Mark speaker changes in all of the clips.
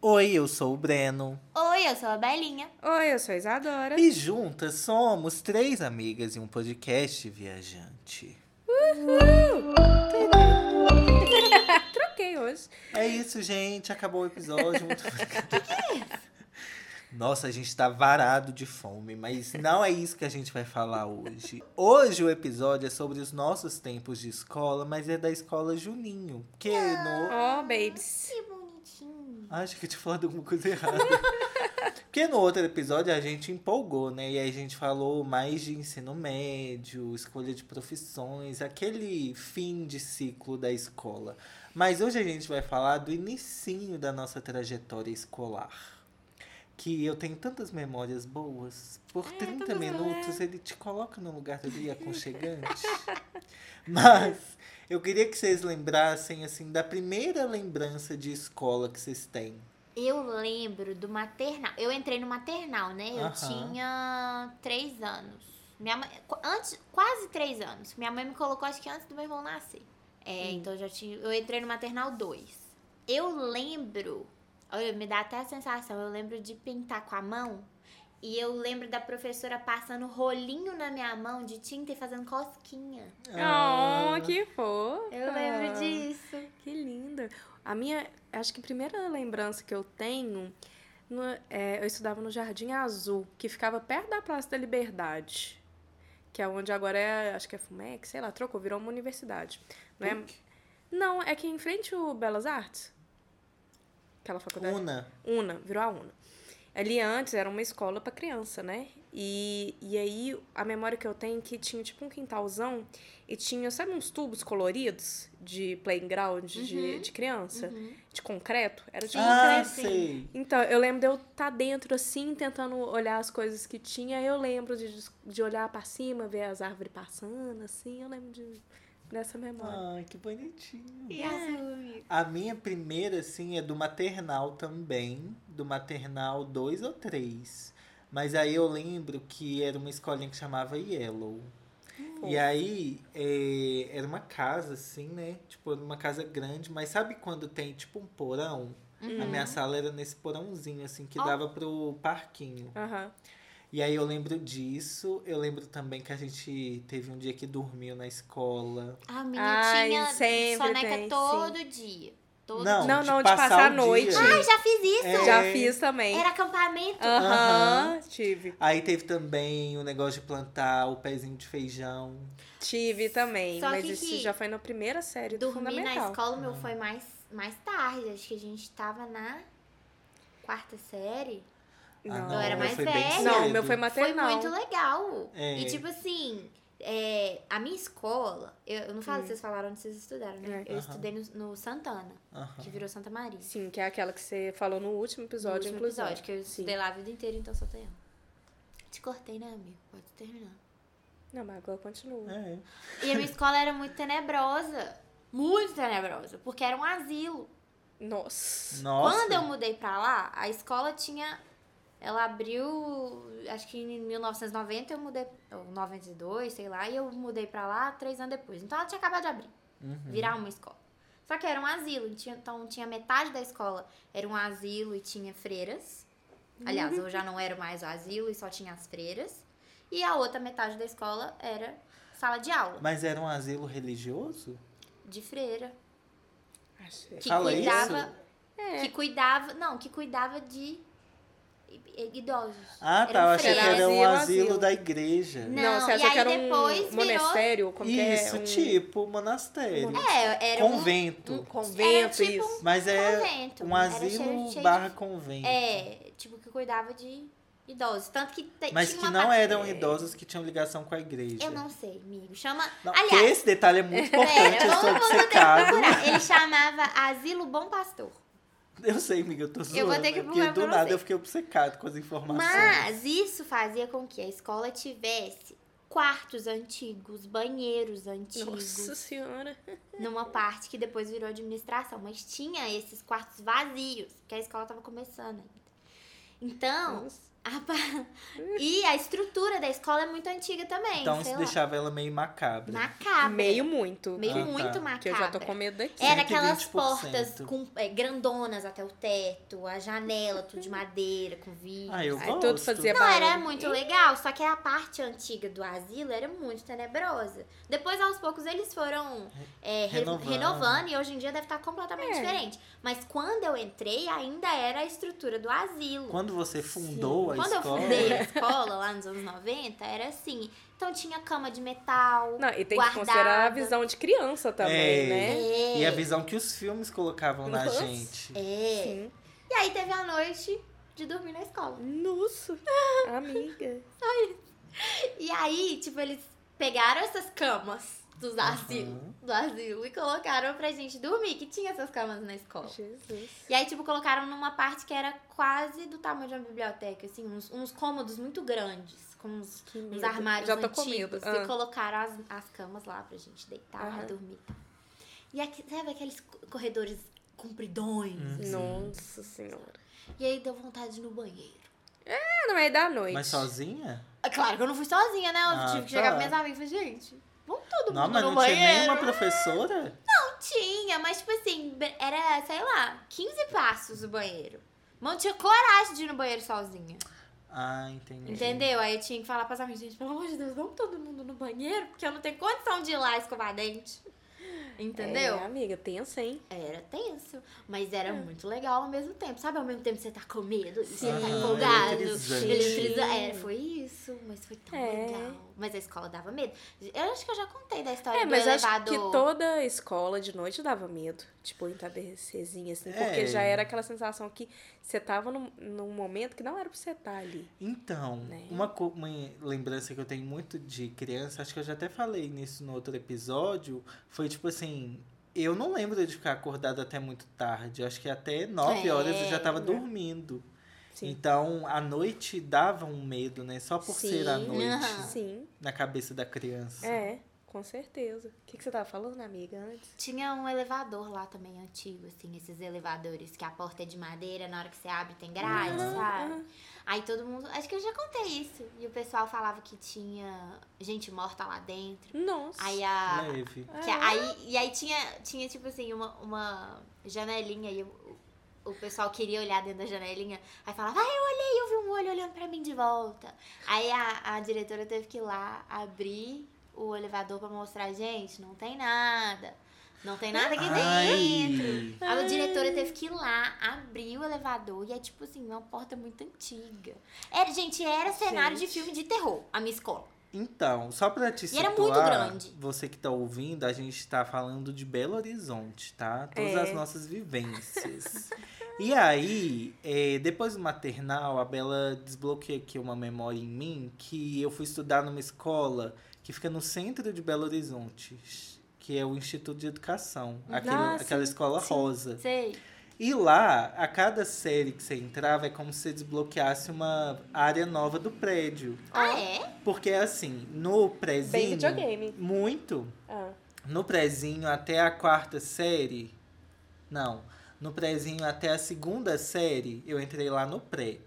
Speaker 1: Oi, eu sou o Breno.
Speaker 2: Oi, eu sou a Belinha.
Speaker 3: Oi, eu sou a Isadora.
Speaker 1: E juntas somos três amigas em um podcast viajante.
Speaker 3: Troquei hoje.
Speaker 1: É isso, gente. Acabou o episódio. Muito Nossa, a gente tá varado de fome, mas não é isso que a gente vai falar hoje. Hoje o episódio é sobre os nossos tempos de escola, mas é da escola Juninho. Que no.
Speaker 3: Ó, babies.
Speaker 2: Que bonitinho.
Speaker 1: Ah, Acho que eu tinha falado alguma coisa errada. Porque no outro episódio a gente empolgou, né? E aí a gente falou mais de ensino médio, escolha de profissões, aquele fim de ciclo da escola. Mas hoje a gente vai falar do inicinho da nossa trajetória escolar. Que eu tenho tantas memórias boas. Por 30
Speaker 3: tantas
Speaker 1: minutos ele te coloca num lugar ali aconchegante. Mas eu queria que vocês lembrassem, assim, da primeira lembrança de escola que vocês têm.
Speaker 2: Eu lembro do maternal. Eu entrei no maternal, né? Eu
Speaker 1: Aham.
Speaker 2: tinha três anos. Minha mãe, qu- antes, quase três anos. Minha mãe me colocou, acho que antes do meu irmão nascer. É,
Speaker 1: Hum.
Speaker 2: então eu já tinha. Eu entrei no maternal dois. Eu lembro. Olha, me dá até a sensação. Eu lembro de pintar com a mão. E eu lembro da professora passando rolinho na minha mão de tinta e fazendo cosquinha.
Speaker 3: Oh, que fofa.
Speaker 2: Ah. Eu
Speaker 1: Ah.
Speaker 2: lembro disso.
Speaker 3: Que linda. A minha, acho que a primeira lembrança que eu tenho, no- é, eu estudava no Jardim Azul, que ficava perto da Praça da Liberdade. Que é onde agora é, acho que é Fumec, sei lá, trocou, virou uma universidade. Não é, não, é que em frente o Belas Artes. Aquela faculdade.
Speaker 1: Una.
Speaker 3: Una, virou a Una. Ali antes era uma escola pra criança, né? E, e aí a memória que eu tenho é que tinha tipo um quintalzão e tinha, sabe, uns tubos coloridos de playground de, de criança?
Speaker 2: Uhum.
Speaker 3: De concreto? Era de
Speaker 1: Ah,
Speaker 3: concreto.
Speaker 1: sei.
Speaker 3: Então, eu lembro de eu estar dentro assim, tentando olhar as coisas que tinha. Eu lembro de, des- de olhar pra cima, ver as árvores passando, assim. Eu lembro de, dessa memória.
Speaker 1: Ai, que bonitinho.
Speaker 2: E a sua, amiga?
Speaker 1: A minha primeira, assim, é do maternal também. Do maternal 2 ou 3. Mas aí eu lembro que era uma escolinha que chamava Yellow. Ah. E aí, é, era uma casa, assim, né? Tipo, era uma casa grande. Mas sabe quando tem, tipo, um porão?
Speaker 2: Uhum.
Speaker 1: A minha sala era nesse porãozinho, assim, que
Speaker 2: Hum. Ó.
Speaker 1: dava pro parquinho.
Speaker 3: Aham.
Speaker 1: E aí eu lembro disso. Eu lembro também que a gente teve um dia que dormiu na escola.
Speaker 2: A minha
Speaker 3: Ai,
Speaker 2: tinha
Speaker 3: sempre
Speaker 2: soneca
Speaker 3: tem,
Speaker 2: todo dia. Todo
Speaker 1: Não,
Speaker 2: dia.
Speaker 3: Não,
Speaker 1: de
Speaker 3: não, de
Speaker 1: passar
Speaker 3: passar
Speaker 1: o
Speaker 3: a noite.
Speaker 1: dia.
Speaker 2: Ai, já fiz isso.
Speaker 1: É.
Speaker 3: Já fiz também.
Speaker 2: Era acampamento.
Speaker 3: Ah, Aham, tive.
Speaker 1: Aí teve também o negócio de plantar o pezinho de feijão.
Speaker 3: Tive também,
Speaker 2: Só
Speaker 3: mas
Speaker 2: que
Speaker 3: isso
Speaker 2: que
Speaker 3: já foi na primeira série do
Speaker 2: Dormir na
Speaker 3: fundamental. Uhum.
Speaker 2: escola, o meu foi mais, mais tarde. Acho que a gente tava na quarta série.
Speaker 1: Ah,
Speaker 2: Eu era
Speaker 1: o meu
Speaker 2: mais
Speaker 1: foi bem
Speaker 2: velha.
Speaker 3: Não,
Speaker 1: cedo.
Speaker 3: o meu foi maternal.
Speaker 2: Foi muito legal.
Speaker 1: É.
Speaker 2: E tipo assim, é, a minha escola, eu, eu não
Speaker 3: Hum.
Speaker 2: falo, vocês falaram onde vocês estudaram, né?
Speaker 3: É.
Speaker 1: Aham.
Speaker 2: Eu estudei no, no Santana,
Speaker 1: Aham.
Speaker 2: que virou Santa Maria.
Speaker 3: Sim, que é aquela que você falou no último
Speaker 2: No
Speaker 3: episódio,
Speaker 2: último
Speaker 3: inclusive.
Speaker 2: episódio, que eu
Speaker 3: Sim.
Speaker 2: estudei lá a vida inteira, então só tem ela. Te cortei, né, amigo? Pode terminar.
Speaker 3: Não, mas agora continua.
Speaker 1: É.
Speaker 2: E a minha escola era muito tenebrosa. Muito tenebrosa. Porque era um asilo.
Speaker 3: Nossa.
Speaker 1: Nossa.
Speaker 2: Quando eu mudei pra lá, a escola tinha. Ela abriu, acho que em 1990 eu mudei, ou 92, sei lá, e eu mudei pra lá três anos depois. Então ela tinha acabado de abrir,
Speaker 1: Uhum.
Speaker 2: virar uma escola. Só que era um asilo, tinha- então tinha metade da escola era um asilo e tinha freiras. Aliás, eu já não era mais o asilo e só tinha as freiras. E a outra metade da escola era sala de aula,
Speaker 1: Mas era um asilo religioso?
Speaker 2: de freira.
Speaker 3: Achei.
Speaker 2: Que
Speaker 1: Fala
Speaker 2: cuidava.
Speaker 1: isso?
Speaker 2: Que cuidava. Não, que cuidava de i- i- idosos.
Speaker 1: Ah,
Speaker 2: Era
Speaker 1: tá.
Speaker 2: um
Speaker 1: Eu achei que
Speaker 2: freio.
Speaker 1: era um
Speaker 3: Asilo,
Speaker 1: asilo,
Speaker 3: asilo.
Speaker 1: da igreja.
Speaker 2: Não,
Speaker 3: você
Speaker 2: e
Speaker 3: acha que
Speaker 2: aí
Speaker 3: era um
Speaker 2: depois virou-
Speaker 3: monastério? Como que
Speaker 1: Isso,
Speaker 3: é? Um
Speaker 1: tipo monastério.
Speaker 2: É, era um
Speaker 1: convento.
Speaker 3: convento,
Speaker 2: Era tipo
Speaker 3: isso.
Speaker 1: Mas é
Speaker 2: convento.
Speaker 1: um
Speaker 2: né? Era
Speaker 1: asilo
Speaker 2: cheio- cheio de-
Speaker 1: barra convento.
Speaker 2: É, tipo, que cuidava de idosos. Tanto que te-
Speaker 1: Mas
Speaker 2: tinha
Speaker 1: que
Speaker 2: uma
Speaker 1: não
Speaker 2: parte-
Speaker 1: eram idosos que tinham ligação com a igreja.
Speaker 2: Eu não sei, amigo. Chama.
Speaker 1: Não, porque
Speaker 2: Aliás,
Speaker 1: esse detalhe é muito importante,
Speaker 2: pera,
Speaker 1: eu sou
Speaker 2: vamos, vamos ter que
Speaker 1: obcecado.
Speaker 2: procurar. Ele chamava Asilo Bom Pastor.
Speaker 1: Eu sei, amiga, eu tô zoando.
Speaker 2: vou ter que
Speaker 1: é porque
Speaker 2: procurar
Speaker 1: do
Speaker 2: pra
Speaker 1: nada
Speaker 2: você.
Speaker 1: eu fiquei obcecado com as informações.
Speaker 2: Mas isso fazia com que a escola tivesse quartos antigos, banheiros antigos.
Speaker 3: Nossa senhora.
Speaker 2: numa parte que depois virou administração, mas tinha esses quartos vazios, porque a escola tava começando ainda. Então,
Speaker 3: Nossa.
Speaker 2: A pa- e a estrutura da escola é muito antiga também.
Speaker 1: Então
Speaker 2: sei
Speaker 1: isso
Speaker 2: lá.
Speaker 1: deixava ela meio macabra.
Speaker 2: Macabra.
Speaker 3: Meio muito.
Speaker 2: Meio
Speaker 1: Ah, tá.
Speaker 2: muito macabra.
Speaker 3: Que eu já tô com medo daqui.
Speaker 2: Era aquelas
Speaker 1: 120%.
Speaker 2: portas com, é, grandonas até o teto, a janela, tudo de madeira, com vidro.
Speaker 1: Ah, eu
Speaker 3: Aí
Speaker 1: gosto.
Speaker 3: tudo fazia
Speaker 2: Não, era
Speaker 3: barulho.
Speaker 2: muito legal, só que a parte antiga do asilo era muito tenebrosa. Depois, aos poucos, eles foram é, re-
Speaker 1: Renovando.
Speaker 2: renovando. e hoje em dia deve estar completamente
Speaker 3: É.
Speaker 2: diferente. Mas quando eu entrei, ainda era a estrutura do asilo.
Speaker 1: Quando você fundou a
Speaker 2: Quando eu
Speaker 1: escola,
Speaker 2: fundei a escola, lá nos anos 90, era assim. Então tinha cama de metal.
Speaker 3: Não, e tem que
Speaker 2: guardada.
Speaker 3: considerar a visão de criança também,
Speaker 1: É.
Speaker 3: né?
Speaker 2: É,
Speaker 1: e a visão que os filmes colocavam na
Speaker 3: Nossa.
Speaker 1: gente.
Speaker 2: é.
Speaker 3: Sim.
Speaker 2: E aí teve a noite de dormir na escola.
Speaker 3: Nossa, amiga.
Speaker 2: E aí, tipo, eles pegaram essas camas dos asilos,
Speaker 1: Uhum.
Speaker 2: do asilo e colocaram pra gente dormir, que tinha essas camas na escola.
Speaker 3: Jesus.
Speaker 2: E aí, tipo, colocaram numa parte que era quase do tamanho de uma biblioteca, assim, uns, uns cômodos muito grandes, com uns,
Speaker 3: Que
Speaker 2: uns
Speaker 3: medo.
Speaker 2: armários
Speaker 3: Já tô com medo.
Speaker 2: antigos. E
Speaker 3: Ah.
Speaker 2: colocaram as, as camas lá pra gente deitar,
Speaker 3: Aham.
Speaker 2: dormir. tá? E aqui, sabe aqueles co- corredores compridões?
Speaker 1: Uhum.
Speaker 2: assim?
Speaker 3: Nossa senhora.
Speaker 2: E aí deu vontade de ir no banheiro.
Speaker 3: Ah, não, é da noite.
Speaker 1: Mas sozinha?
Speaker 2: É Claro que eu não fui sozinha, né? Eu
Speaker 1: Ah,
Speaker 2: tive que
Speaker 1: tá.
Speaker 2: chegar pra minhas amigas e falei, gente, vamos todo
Speaker 1: Não,
Speaker 2: mundo
Speaker 1: mas
Speaker 2: no
Speaker 1: não
Speaker 2: banheiro.
Speaker 1: tinha nenhuma professora?
Speaker 2: Não tinha, mas tipo assim, be- era, sei lá, 15 passos o banheiro. Mas eu não tinha coragem de ir no banheiro sozinha.
Speaker 1: Ah, entendi.
Speaker 2: Entendeu? Aí eu tinha que falar pras amigas, gente, pelo amor de Deus, vamos todo mundo no banheiro, porque eu não tenho condição de ir lá escovar dente. Entendeu?
Speaker 3: É, amiga, tensa, hein?
Speaker 2: Era tenso, mas era muito legal ao mesmo tempo. Sabe, ao mesmo tempo você tá com medo, e você
Speaker 1: Sim,
Speaker 2: tá empolgado,
Speaker 1: eletrizante.
Speaker 2: eletrizante. É, foi isso, mas foi tão
Speaker 3: É.
Speaker 2: legal. Mas a escola dava medo. Eu acho que eu já contei da história
Speaker 3: É,
Speaker 2: do
Speaker 3: mas acho
Speaker 2: elevador.
Speaker 3: que toda a escola de noite dava medo. Tipo, em TBCzinha, assim. Porque
Speaker 1: É.
Speaker 3: já era aquela sensação que você tava num, num momento que não era pra você estar ali.
Speaker 1: Então,
Speaker 3: Né?
Speaker 1: uma, co- uma lembrança que eu tenho muito de criança, acho que eu já até falei nisso no outro episódio, foi tipo assim. Eu não lembro de ficar acordado até muito tarde. Acho que até 9
Speaker 2: É.
Speaker 1: horas eu já tava dormindo.
Speaker 3: Sim.
Speaker 1: Então, a noite dava um medo, né? Só por ser a
Speaker 3: Sim.
Speaker 1: noite
Speaker 2: Aham.
Speaker 3: Sim,
Speaker 1: na cabeça da criança.
Speaker 3: é. Com certeza. O que, que você tava falando, amiga, antes?
Speaker 2: Tinha um elevador lá também antigo, assim, esses elevadores que a porta é de madeira, na hora que você abre tem grade,
Speaker 1: Aham,
Speaker 2: sabe?
Speaker 3: aham.
Speaker 2: Aí todo mundo. Acho que eu já contei isso. E o pessoal falava que tinha gente morta lá dentro.
Speaker 3: Nossa.
Speaker 2: Aí a,
Speaker 1: Leve.
Speaker 2: Que
Speaker 3: Ah,
Speaker 2: aí, e aí tinha, tinha tipo assim, uma, uma janelinha e o, o pessoal queria olhar dentro da janelinha. Aí falava, ah, eu olhei, eu vi um olho olhando pra mim de volta. Aí a, a diretora teve que ir lá abrir o elevador pra mostrar, gente, não tem nada. Não tem nada aqui dentro.
Speaker 1: Ai,
Speaker 2: A diretora teve que ir lá, abrir o elevador e é tipo assim, uma porta muito antiga. Era, gente, era cenário de
Speaker 3: Gente.
Speaker 2: filme de terror, a minha escola.
Speaker 1: então, só pra te
Speaker 2: E era
Speaker 1: situar,
Speaker 2: muito grande.
Speaker 1: você que tá ouvindo, a gente tá falando de Belo Horizonte, tá? Todas
Speaker 3: É.
Speaker 1: as nossas vivências. e aí, é, depois do maternal, a Bela desbloqueia aqui uma memória em mim que eu fui estudar numa escola que fica no centro de Belo Horizonte, que é o Instituto de Educação, aquele-
Speaker 3: Ah, sim,
Speaker 1: aquela escola
Speaker 3: sim.
Speaker 1: rosa.
Speaker 2: Sei.
Speaker 1: E lá, a cada série que você entrava, é como se você desbloqueasse uma área nova do prédio.
Speaker 2: Ah, é?
Speaker 1: Porque assim, no
Speaker 3: Bem
Speaker 1: prézinho.
Speaker 3: videogame.
Speaker 1: Muito.
Speaker 3: Ah.
Speaker 1: No prézinho até a quarta série. Não. No prézinho até a segunda série, eu entrei lá no pré.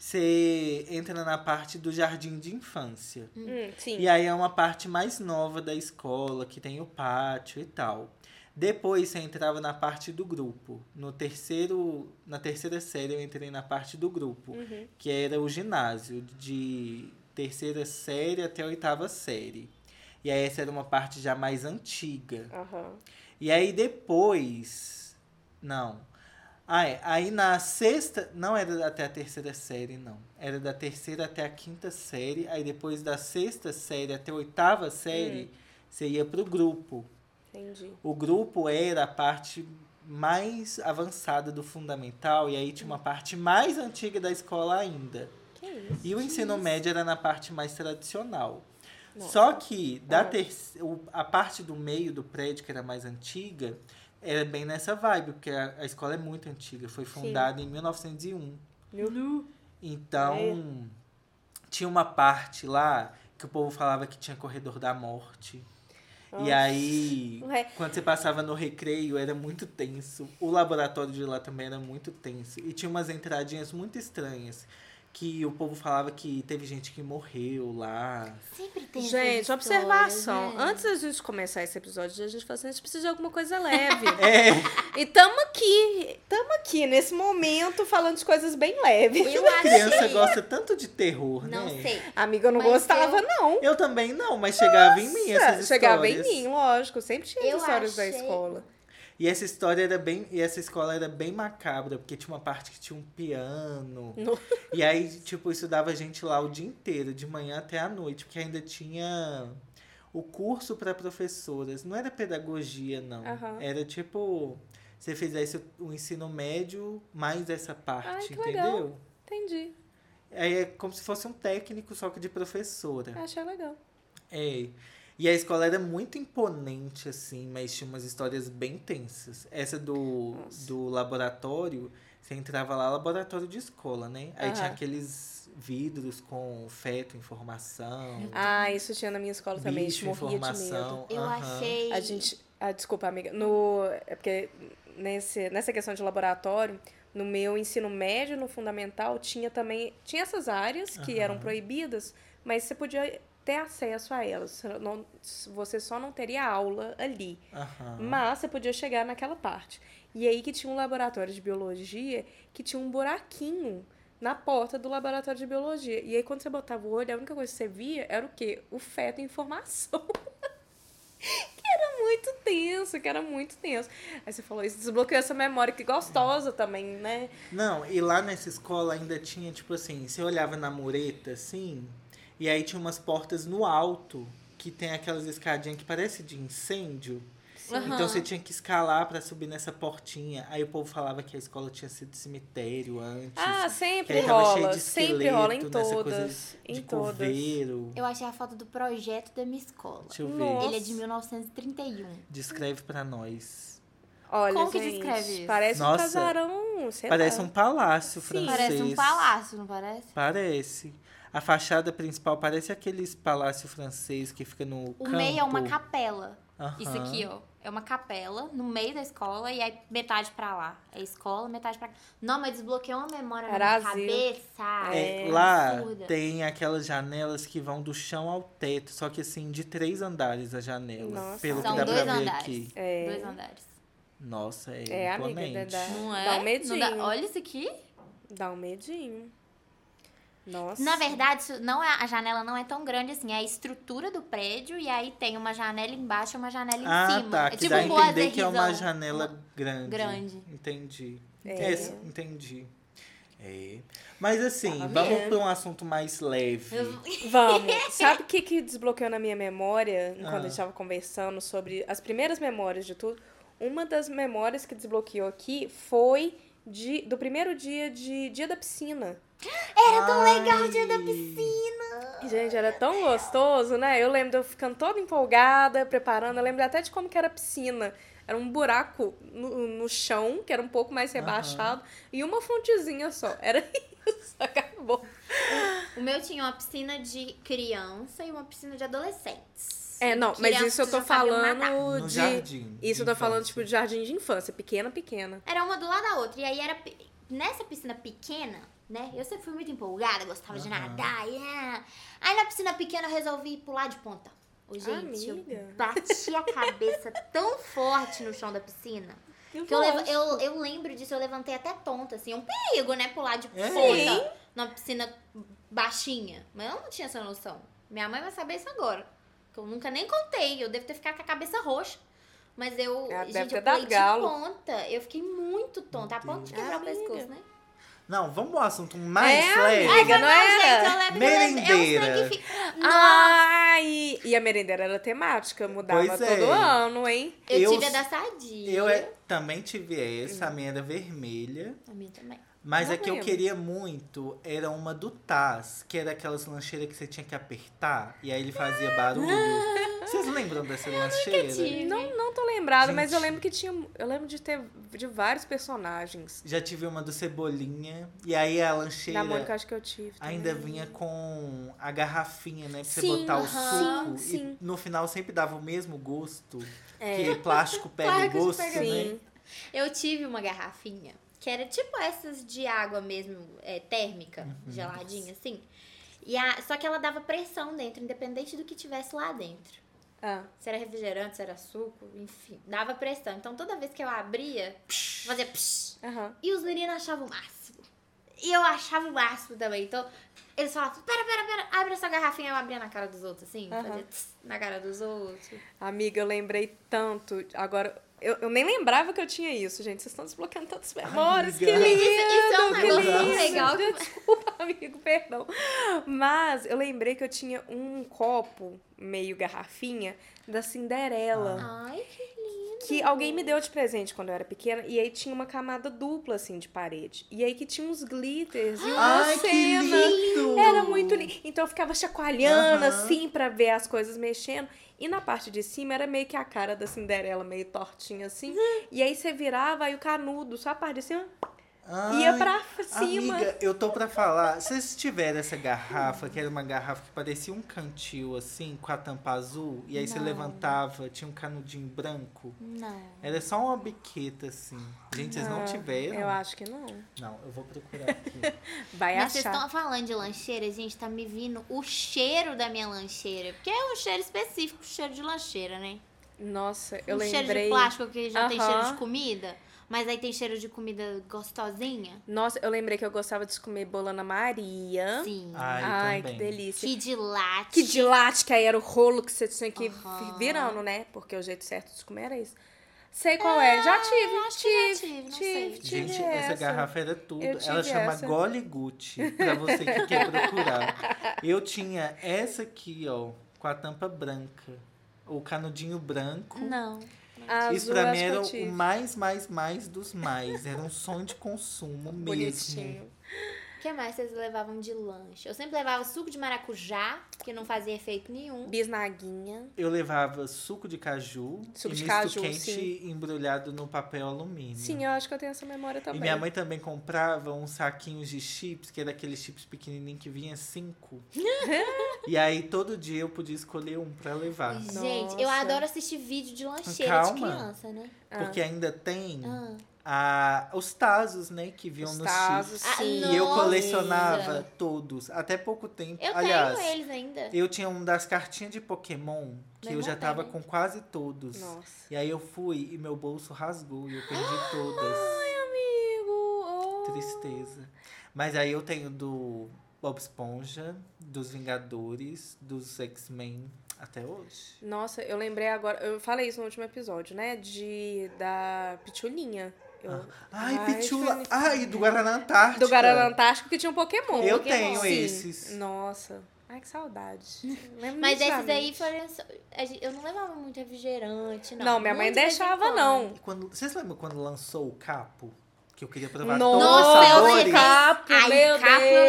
Speaker 1: Você entra na parte do jardim de infância.
Speaker 3: Hum, sim.
Speaker 1: E aí é uma parte mais nova da escola, que tem o pátio e tal. Depois você entrava na parte do grupo. No terceiro, na terceira série eu entrei na parte do grupo,
Speaker 3: Uhum.
Speaker 1: que era o ginásio de terceira série até a oitava série. E aí essa era uma parte já mais antiga.
Speaker 3: Aham.
Speaker 1: E aí depois, não. Ah, é. Aí na sexta, não era até a terceira série, não. Era da terceira até a quinta série. Aí depois da sexta série até a oitava série, você ia pro grupo.
Speaker 3: Entendi.
Speaker 1: O grupo era a parte mais avançada do fundamental. E aí tinha uma parte mais antiga da escola ainda.
Speaker 3: Que isso?
Speaker 1: E o ensino médio era na parte mais tradicional.
Speaker 3: Nossa.
Speaker 1: Só que da
Speaker 3: Ah.
Speaker 1: terce- o- a parte do meio do prédio, que era mais antiga, era bem nessa vibe, porque a, a escola é muito antiga. Foi fundada em 1901. Então, tinha uma parte lá que o povo falava que tinha corredor da morte. E
Speaker 3: Nossa.
Speaker 1: aí,
Speaker 3: Ué.
Speaker 1: quando você passava no recreio, era muito tenso. O laboratório de lá também era muito tenso. E tinha umas entradinhas muito estranhas. que o povo falava que teve gente que morreu lá.
Speaker 2: Sempre tem essas
Speaker 3: Gente,
Speaker 2: histórias,
Speaker 3: observação.
Speaker 2: né?
Speaker 3: Antes da gente começar esse episódio, a gente falou assim, a gente precisa de alguma coisa leve.
Speaker 1: É,
Speaker 3: e tamo aqui, tamo aqui nesse momento falando de coisas bem leves.
Speaker 2: Eu acho
Speaker 1: criança
Speaker 2: que-
Speaker 1: gosta tanto de terror,
Speaker 2: Não
Speaker 1: né?
Speaker 2: sei.
Speaker 3: Amiga, eu Ah, não
Speaker 2: Mas
Speaker 3: gostava, não.
Speaker 1: Eu também não, mas chegava em mim essas histórias.
Speaker 3: É, Chegava em mim, lógico. Sempre tinha
Speaker 2: Eu
Speaker 3: as histórias da
Speaker 2: achei-
Speaker 3: escola.
Speaker 1: E essa história era bem. E essa escola era bem macabra, porque tinha uma parte que tinha um piano.
Speaker 3: No-
Speaker 1: E aí, tipo, estudava a gente lá o dia inteiro, de manhã até a noite, porque ainda tinha o curso para professoras. Não era pedagogia, não.
Speaker 3: Aham.
Speaker 1: Era tipo. Você fizesse o ensino médio mais essa parte,
Speaker 3: que
Speaker 1: entendeu?
Speaker 3: legal. Entendi.
Speaker 1: Aí é como se fosse um técnico, só que de professora.
Speaker 3: Achei legal.
Speaker 1: É. E a escola era muito imponente, assim, mas tinha umas histórias bem tensas. Essa do,
Speaker 3: Nossa.
Speaker 1: do laboratório, você entrava lá, laboratório de escola, né? Aí tinha
Speaker 3: Aham.
Speaker 1: aqueles vidros com feto, informação,
Speaker 3: Ah, isso tinha na minha escola também.
Speaker 1: bicho,
Speaker 3: a gente morria de medo.
Speaker 1: informação.
Speaker 2: Eu
Speaker 1: aham.
Speaker 2: achei.
Speaker 3: A gente. Ah, desculpa, amiga. No, é porque nesse, nessa questão de laboratório, no meu ensino médio, no fundamental, tinha também. Tinha essas áreas que
Speaker 1: Aham.
Speaker 3: eram proibidas, mas você podia ter acesso a elas. Você não- Você só não teria aula ali.
Speaker 1: Aham.
Speaker 3: Mas você podia chegar naquela parte. E aí que tinha um laboratório de biologia que tinha um buraquinho na porta do laboratório de biologia. E aí quando você botava o olho, a única coisa que você via era o quê? O feto em formação. que era muito tenso, que era muito tenso. Aí você falou isso, desbloqueou essa memória que gostosa também, né?
Speaker 1: Não, e lá nessa escola ainda tinha, tipo assim, você olhava na mureta, assim, e aí tinha umas portas no alto, que tem aquelas escadinhas que parece de incêndio. Então
Speaker 2: Aham.
Speaker 1: você tinha que escalar pra subir nessa portinha. Aí o povo falava que a escola tinha sido cemitério antes.
Speaker 3: Ah,
Speaker 1: que
Speaker 3: sempre
Speaker 1: aí tava cheio
Speaker 3: rola,
Speaker 1: de
Speaker 3: sempre
Speaker 1: esqueleto,
Speaker 3: rola em
Speaker 1: nessa coisa
Speaker 3: todas,
Speaker 1: de tipo,
Speaker 3: em todas.
Speaker 1: coveiro.
Speaker 2: Eu achei a foto do projeto da minha escola.
Speaker 1: Deixa eu ver.
Speaker 3: Nossa.
Speaker 2: Ele é de 1931.
Speaker 1: Descreve pra nós.
Speaker 3: Olha,
Speaker 2: Como que
Speaker 3: gente,
Speaker 2: descreve isso?
Speaker 3: Parece um
Speaker 1: Nossa.
Speaker 3: casarão, sei
Speaker 1: parece
Speaker 3: lá.
Speaker 1: um palácio francês.
Speaker 2: Parece um palácio, não parece?
Speaker 1: Parece. A fachada principal parece aqueles palácio francês que fica no
Speaker 2: O meio é uma
Speaker 1: campo.
Speaker 2: capela.
Speaker 1: Aham.
Speaker 2: Isso aqui, ó. É uma capela no meio da escola e aí metade pra lá. É escola, metade pra cá. Não, mas desbloqueou uma memória na
Speaker 3: Brasil.
Speaker 2: minha cabeça.
Speaker 1: É,
Speaker 3: É
Speaker 1: lá
Speaker 2: absurda.
Speaker 1: tem aquelas janelas que vão do chão ao teto, só que assim, de três andares a janela.
Speaker 3: Nossa.
Speaker 1: Pelo um
Speaker 2: São
Speaker 1: que dá
Speaker 2: dois
Speaker 1: pra ver
Speaker 2: andares.
Speaker 1: aqui.
Speaker 2: Dois andares.
Speaker 1: Nossa, é,
Speaker 3: É, amiga,
Speaker 1: imponente.
Speaker 3: dá-
Speaker 2: Não é?
Speaker 3: Dá um medinho.
Speaker 2: Não dá- Olha isso aqui.
Speaker 3: Dá um medinho. Nossa.
Speaker 2: Na verdade, isso não é, a janela não é tão grande assim. É a estrutura do prédio e aí tem uma janela embaixo e uma janela em
Speaker 1: ah,
Speaker 2: cima.
Speaker 1: tá.
Speaker 2: é
Speaker 1: Que
Speaker 2: tipo
Speaker 1: dá a
Speaker 2: um
Speaker 1: entender que é uma
Speaker 2: boazerzão.
Speaker 1: janela grande.
Speaker 2: grande.
Speaker 1: Entendi.
Speaker 3: É.
Speaker 1: Essa, entendi. É. Mas assim,
Speaker 3: Tava
Speaker 1: vamos
Speaker 3: vendo.
Speaker 1: pra um assunto mais leve.
Speaker 2: Eu-
Speaker 3: Vamos. Sabe o que, que desbloqueou na minha memória, enquanto
Speaker 1: Ah.
Speaker 3: a gente tava conversando sobre as primeiras memórias de tudo? Uma das memórias que desbloqueou aqui foi de, do primeiro dia de dia da piscina.
Speaker 1: Era tão legal o dia da piscina.
Speaker 3: Gente, era tão gostoso, né? Eu lembro de eu ficando toda empolgada, preparando. Eu lembro até de como que era a piscina. Era um buraco no, no chão, que era um pouco mais rebaixado, e uma fontezinha só. Era isso, acabou.
Speaker 2: O meu tinha uma piscina de criança e uma piscina de adolescentes.
Speaker 3: É, não, mas
Speaker 2: Criança
Speaker 3: isso eu tô
Speaker 2: já é um sabia nadar.
Speaker 3: falando
Speaker 1: No
Speaker 3: de.
Speaker 1: jardim. então.
Speaker 3: Isso eu tô
Speaker 1: de
Speaker 3: falando,
Speaker 1: infância.
Speaker 3: tipo, de jardim de infância, pequena, pequena.
Speaker 2: Era uma do lado da outra. E aí era. pe- Nessa piscina pequena, né? Eu sempre fui muito empolgada, gostava de
Speaker 1: Aham.
Speaker 2: nadar. yeah. Aí na piscina pequena eu resolvi pular de ponta. Ô, gente,
Speaker 3: Amiga.
Speaker 2: eu bati a cabeça tão forte no chão da piscina. Que eu, leva- eu, eu lembro disso, eu levantei até tonta, assim. É um perigo, né? Pular de
Speaker 1: É.
Speaker 2: ponta numa piscina baixinha. Mas eu não tinha essa noção. Minha mãe vai saber isso agora. Que eu nunca nem contei. Eu devo ter ficado com a cabeça roxa. Mas eu,
Speaker 3: Ela É, deve
Speaker 2: gente,
Speaker 3: ter
Speaker 2: eu
Speaker 3: dado
Speaker 2: pulei
Speaker 3: galo.
Speaker 2: de ponta. Eu fiquei muito tonta. A ponto de quebrar o
Speaker 3: Amiga.
Speaker 2: pescoço, né?
Speaker 1: Não, vamos pro assunto mais
Speaker 3: É,
Speaker 1: leve.
Speaker 3: amiga. não era?
Speaker 2: Gente, eu lembro que eu lembro-
Speaker 1: Merendeira.
Speaker 2: É um sangue fi-
Speaker 3: Ai! E a merendeira era temática, mudava
Speaker 1: Pois é.
Speaker 3: todo ano, hein?
Speaker 2: Eu,
Speaker 1: Eu-
Speaker 2: tive a da sadia.
Speaker 1: Eu é- também tive essa, a minha era vermelha.
Speaker 2: A minha também.
Speaker 1: Mas
Speaker 3: Não
Speaker 1: a que eu
Speaker 3: lembro.
Speaker 1: queria muito era uma do Taz, que era aquelas lancheiras que você tinha que apertar e aí ele fazia barulho.
Speaker 3: Ah!
Speaker 1: Vocês lembram dessa lancheira?
Speaker 2: tive.
Speaker 3: Não, não tô lembrada, mas eu
Speaker 1: Gente.
Speaker 3: lembro que tinha. Eu lembro de ter de vários personagens.
Speaker 1: Já tive uma do Cebolinha. E aí a
Speaker 3: Da
Speaker 1: lancheira
Speaker 3: Mônica, acho que eu tive. também.
Speaker 1: ainda vinha com a garrafinha, né? Pra você
Speaker 3: Sim,
Speaker 1: botar o
Speaker 3: aham.
Speaker 1: suco.
Speaker 3: Sim,
Speaker 1: E no final sempre dava o mesmo gosto.
Speaker 3: É.
Speaker 1: Que plástico pega o
Speaker 2: Plástico
Speaker 1: gosto,
Speaker 2: pega
Speaker 1: né?
Speaker 3: Sim.
Speaker 2: Eu tive uma garrafinha. que era tipo essas de água mesmo, é, térmica, geladinha, assim. E a- só que ela dava pressão dentro, independente do que tivesse lá dentro.
Speaker 3: Ah,
Speaker 2: Se era refrigerante, se era suco, enfim, dava pressão. Então toda vez que eu abria, fazia psh,
Speaker 3: aham.
Speaker 2: e os meninos achavam o máximo. E eu achava o máximo também. Então, eles falavam, pera, pera, pera, abre essa garrafinha. Eu abria na cara dos outros, assim.
Speaker 3: Aham.
Speaker 2: Fazia tss na cara dos outros.
Speaker 3: Amiga, eu lembrei tanto. Agora, eu, eu nem lembrava que eu tinha isso, gente. Vocês estão desbloqueando tantas memórias. Que
Speaker 1: Amiga.
Speaker 3: lindo!
Speaker 2: Isso, isso é um
Speaker 3: que
Speaker 2: negócio tão
Speaker 3: lindo.
Speaker 2: legal.
Speaker 3: Desculpa, amigo, perdão. Mas eu lembrei que eu tinha um copo, meio garrafinha, da Cinderela.
Speaker 1: Ah.
Speaker 2: Ai, que lindo.
Speaker 3: Que alguém me deu de presente quando eu era pequena. E aí tinha uma camada dupla, assim, de parede. E aí que tinha uns glitters e uma
Speaker 1: Ai, que
Speaker 3: cena.
Speaker 1: lindo!
Speaker 3: Era muito lindo. Então eu ficava chacoalhando,
Speaker 1: Aham.
Speaker 3: assim, pra ver as coisas mexendo. E na parte de cima era meio que a cara da Cinderela, meio tortinha, assim. E aí você virava, aí o canudo, só a parte de cima, ia
Speaker 1: Ai,
Speaker 3: pra cima.
Speaker 1: Amiga, eu tô pra falar. Se vocês tiveram essa garrafa, que era uma garrafa que parecia um cantil, assim, com a tampa azul, e aí você
Speaker 2: Não.
Speaker 1: levantava, tinha um canudinho branco.
Speaker 2: Não.
Speaker 1: Era só uma biqueta, assim. Gente, vocês não
Speaker 3: Ah,
Speaker 1: tiveram?
Speaker 3: Eu acho que não.
Speaker 1: Não, eu vou procurar aqui.
Speaker 3: Vai
Speaker 2: Mas vocês
Speaker 3: achar.
Speaker 2: estão falando de lancheira, gente, tá me vindo o cheiro da minha lancheira. Porque é um cheiro específico, cheiro de lancheira, né?
Speaker 3: Nossa, eu
Speaker 2: um
Speaker 3: lembrei.
Speaker 2: cheiro de plástico que já tem cheiro de
Speaker 3: Aham.
Speaker 2: comida, mas aí tem cheiro de comida gostosinha.
Speaker 3: Nossa, eu lembrei que eu gostava de comer bolana Maria.
Speaker 2: Sim.
Speaker 1: Ai,
Speaker 3: Ai, que
Speaker 1: também.
Speaker 3: delícia.
Speaker 2: Que de latte.
Speaker 3: Que de latte, que aí era o rolo que você tinha que ir
Speaker 2: Aham.
Speaker 3: virando, né? Porque o jeito certo de comer era isso. Sei qual é. Já tive,
Speaker 2: já
Speaker 3: tive,
Speaker 2: tive, não sei.
Speaker 3: tive, tive
Speaker 1: Gente, essa, garrafa era tudo.
Speaker 3: Eu
Speaker 1: Ela
Speaker 3: tive
Speaker 1: chama
Speaker 3: essa.
Speaker 1: Gole Gucci, pra você que quer procurar. Eu tinha essa aqui, ó, com a tampa branca. O canudinho branco.
Speaker 2: Não.
Speaker 3: Azul, é
Speaker 1: Isso pra mim
Speaker 3: acho que
Speaker 1: era um assim.
Speaker 3: eu
Speaker 1: o
Speaker 3: tive.
Speaker 1: mais, mais, mais dos mais. Era um sonho de consumo mesmo.
Speaker 3: bonitinho.
Speaker 2: O que mais vocês levavam de lanche? Eu sempre levava suco de maracujá, que não fazia efeito nenhum.
Speaker 3: Bisnaguinha.
Speaker 1: Eu levava suco de caju
Speaker 3: Suco
Speaker 1: e
Speaker 3: de
Speaker 1: misto
Speaker 3: caju,
Speaker 1: quente
Speaker 3: sim.
Speaker 1: embrulhado no papel alumínio.
Speaker 3: Sim, eu acho que eu tenho essa memória
Speaker 1: E
Speaker 3: também.
Speaker 1: minha mãe também comprava uns saquinhos de chips, que era aqueles chips pequenininhos que vinha cinco. e aí todo dia eu podia escolher um pra levar.
Speaker 2: Gente, eu
Speaker 3: Nossa.
Speaker 2: adoro assistir vídeo de lancheira
Speaker 1: Calma.
Speaker 2: de criança, né?
Speaker 3: Ah.
Speaker 1: Porque ainda tem
Speaker 2: Ah.
Speaker 1: a, os tazos, né, que vinham
Speaker 3: Os
Speaker 1: nos
Speaker 3: tazos,
Speaker 1: chips.
Speaker 2: Ah,
Speaker 3: sim.
Speaker 1: E eu
Speaker 2: Nossa!
Speaker 1: colecionava todos, até pouco tempo.
Speaker 2: Eu
Speaker 1: Aliás,
Speaker 2: tenho eles ainda.
Speaker 1: eu tinha um das cartinhas de Pokémon, que eu
Speaker 2: Meu irmão
Speaker 1: já
Speaker 2: tem,
Speaker 1: tava
Speaker 2: né?
Speaker 1: com quase todos.
Speaker 3: Nossa.
Speaker 1: E aí eu fui e meu bolso rasgou e eu perdi todas.
Speaker 3: Amigo, oh.
Speaker 1: Tristeza. Mas aí eu tenho do Bob Esponja, dos Vingadores, dos X-Men até hoje.
Speaker 3: Nossa, eu lembrei agora. Eu falei isso no último episódio, né? De. Da Pitulinha. Eu-
Speaker 1: Ai,
Speaker 3: Ai,
Speaker 1: Pichula!
Speaker 3: Felipe.
Speaker 1: Ai, do Guaraná Antártica.
Speaker 3: Do Guaraná Antártico que tinha um Pokémon.
Speaker 1: Ah, Eu
Speaker 2: Pokémon.
Speaker 1: tenho
Speaker 3: Sim.
Speaker 1: esses.
Speaker 3: Nossa. Ai, que saudade. Lembro
Speaker 2: Mas esses
Speaker 3: nitidamente.
Speaker 2: aí foram. só- a gente- Eu não levava muito refrigerante, não.
Speaker 3: Não, minha mãe
Speaker 2: Muito de vez em
Speaker 3: deixava,
Speaker 2: quando.
Speaker 3: não.
Speaker 1: E Quando, vocês lembram quando lançou o capo? Que eu queria provar todos os
Speaker 2: Nossa, eu
Speaker 1: sabores.
Speaker 2: levei. Aí, capo eu levei pra caramba.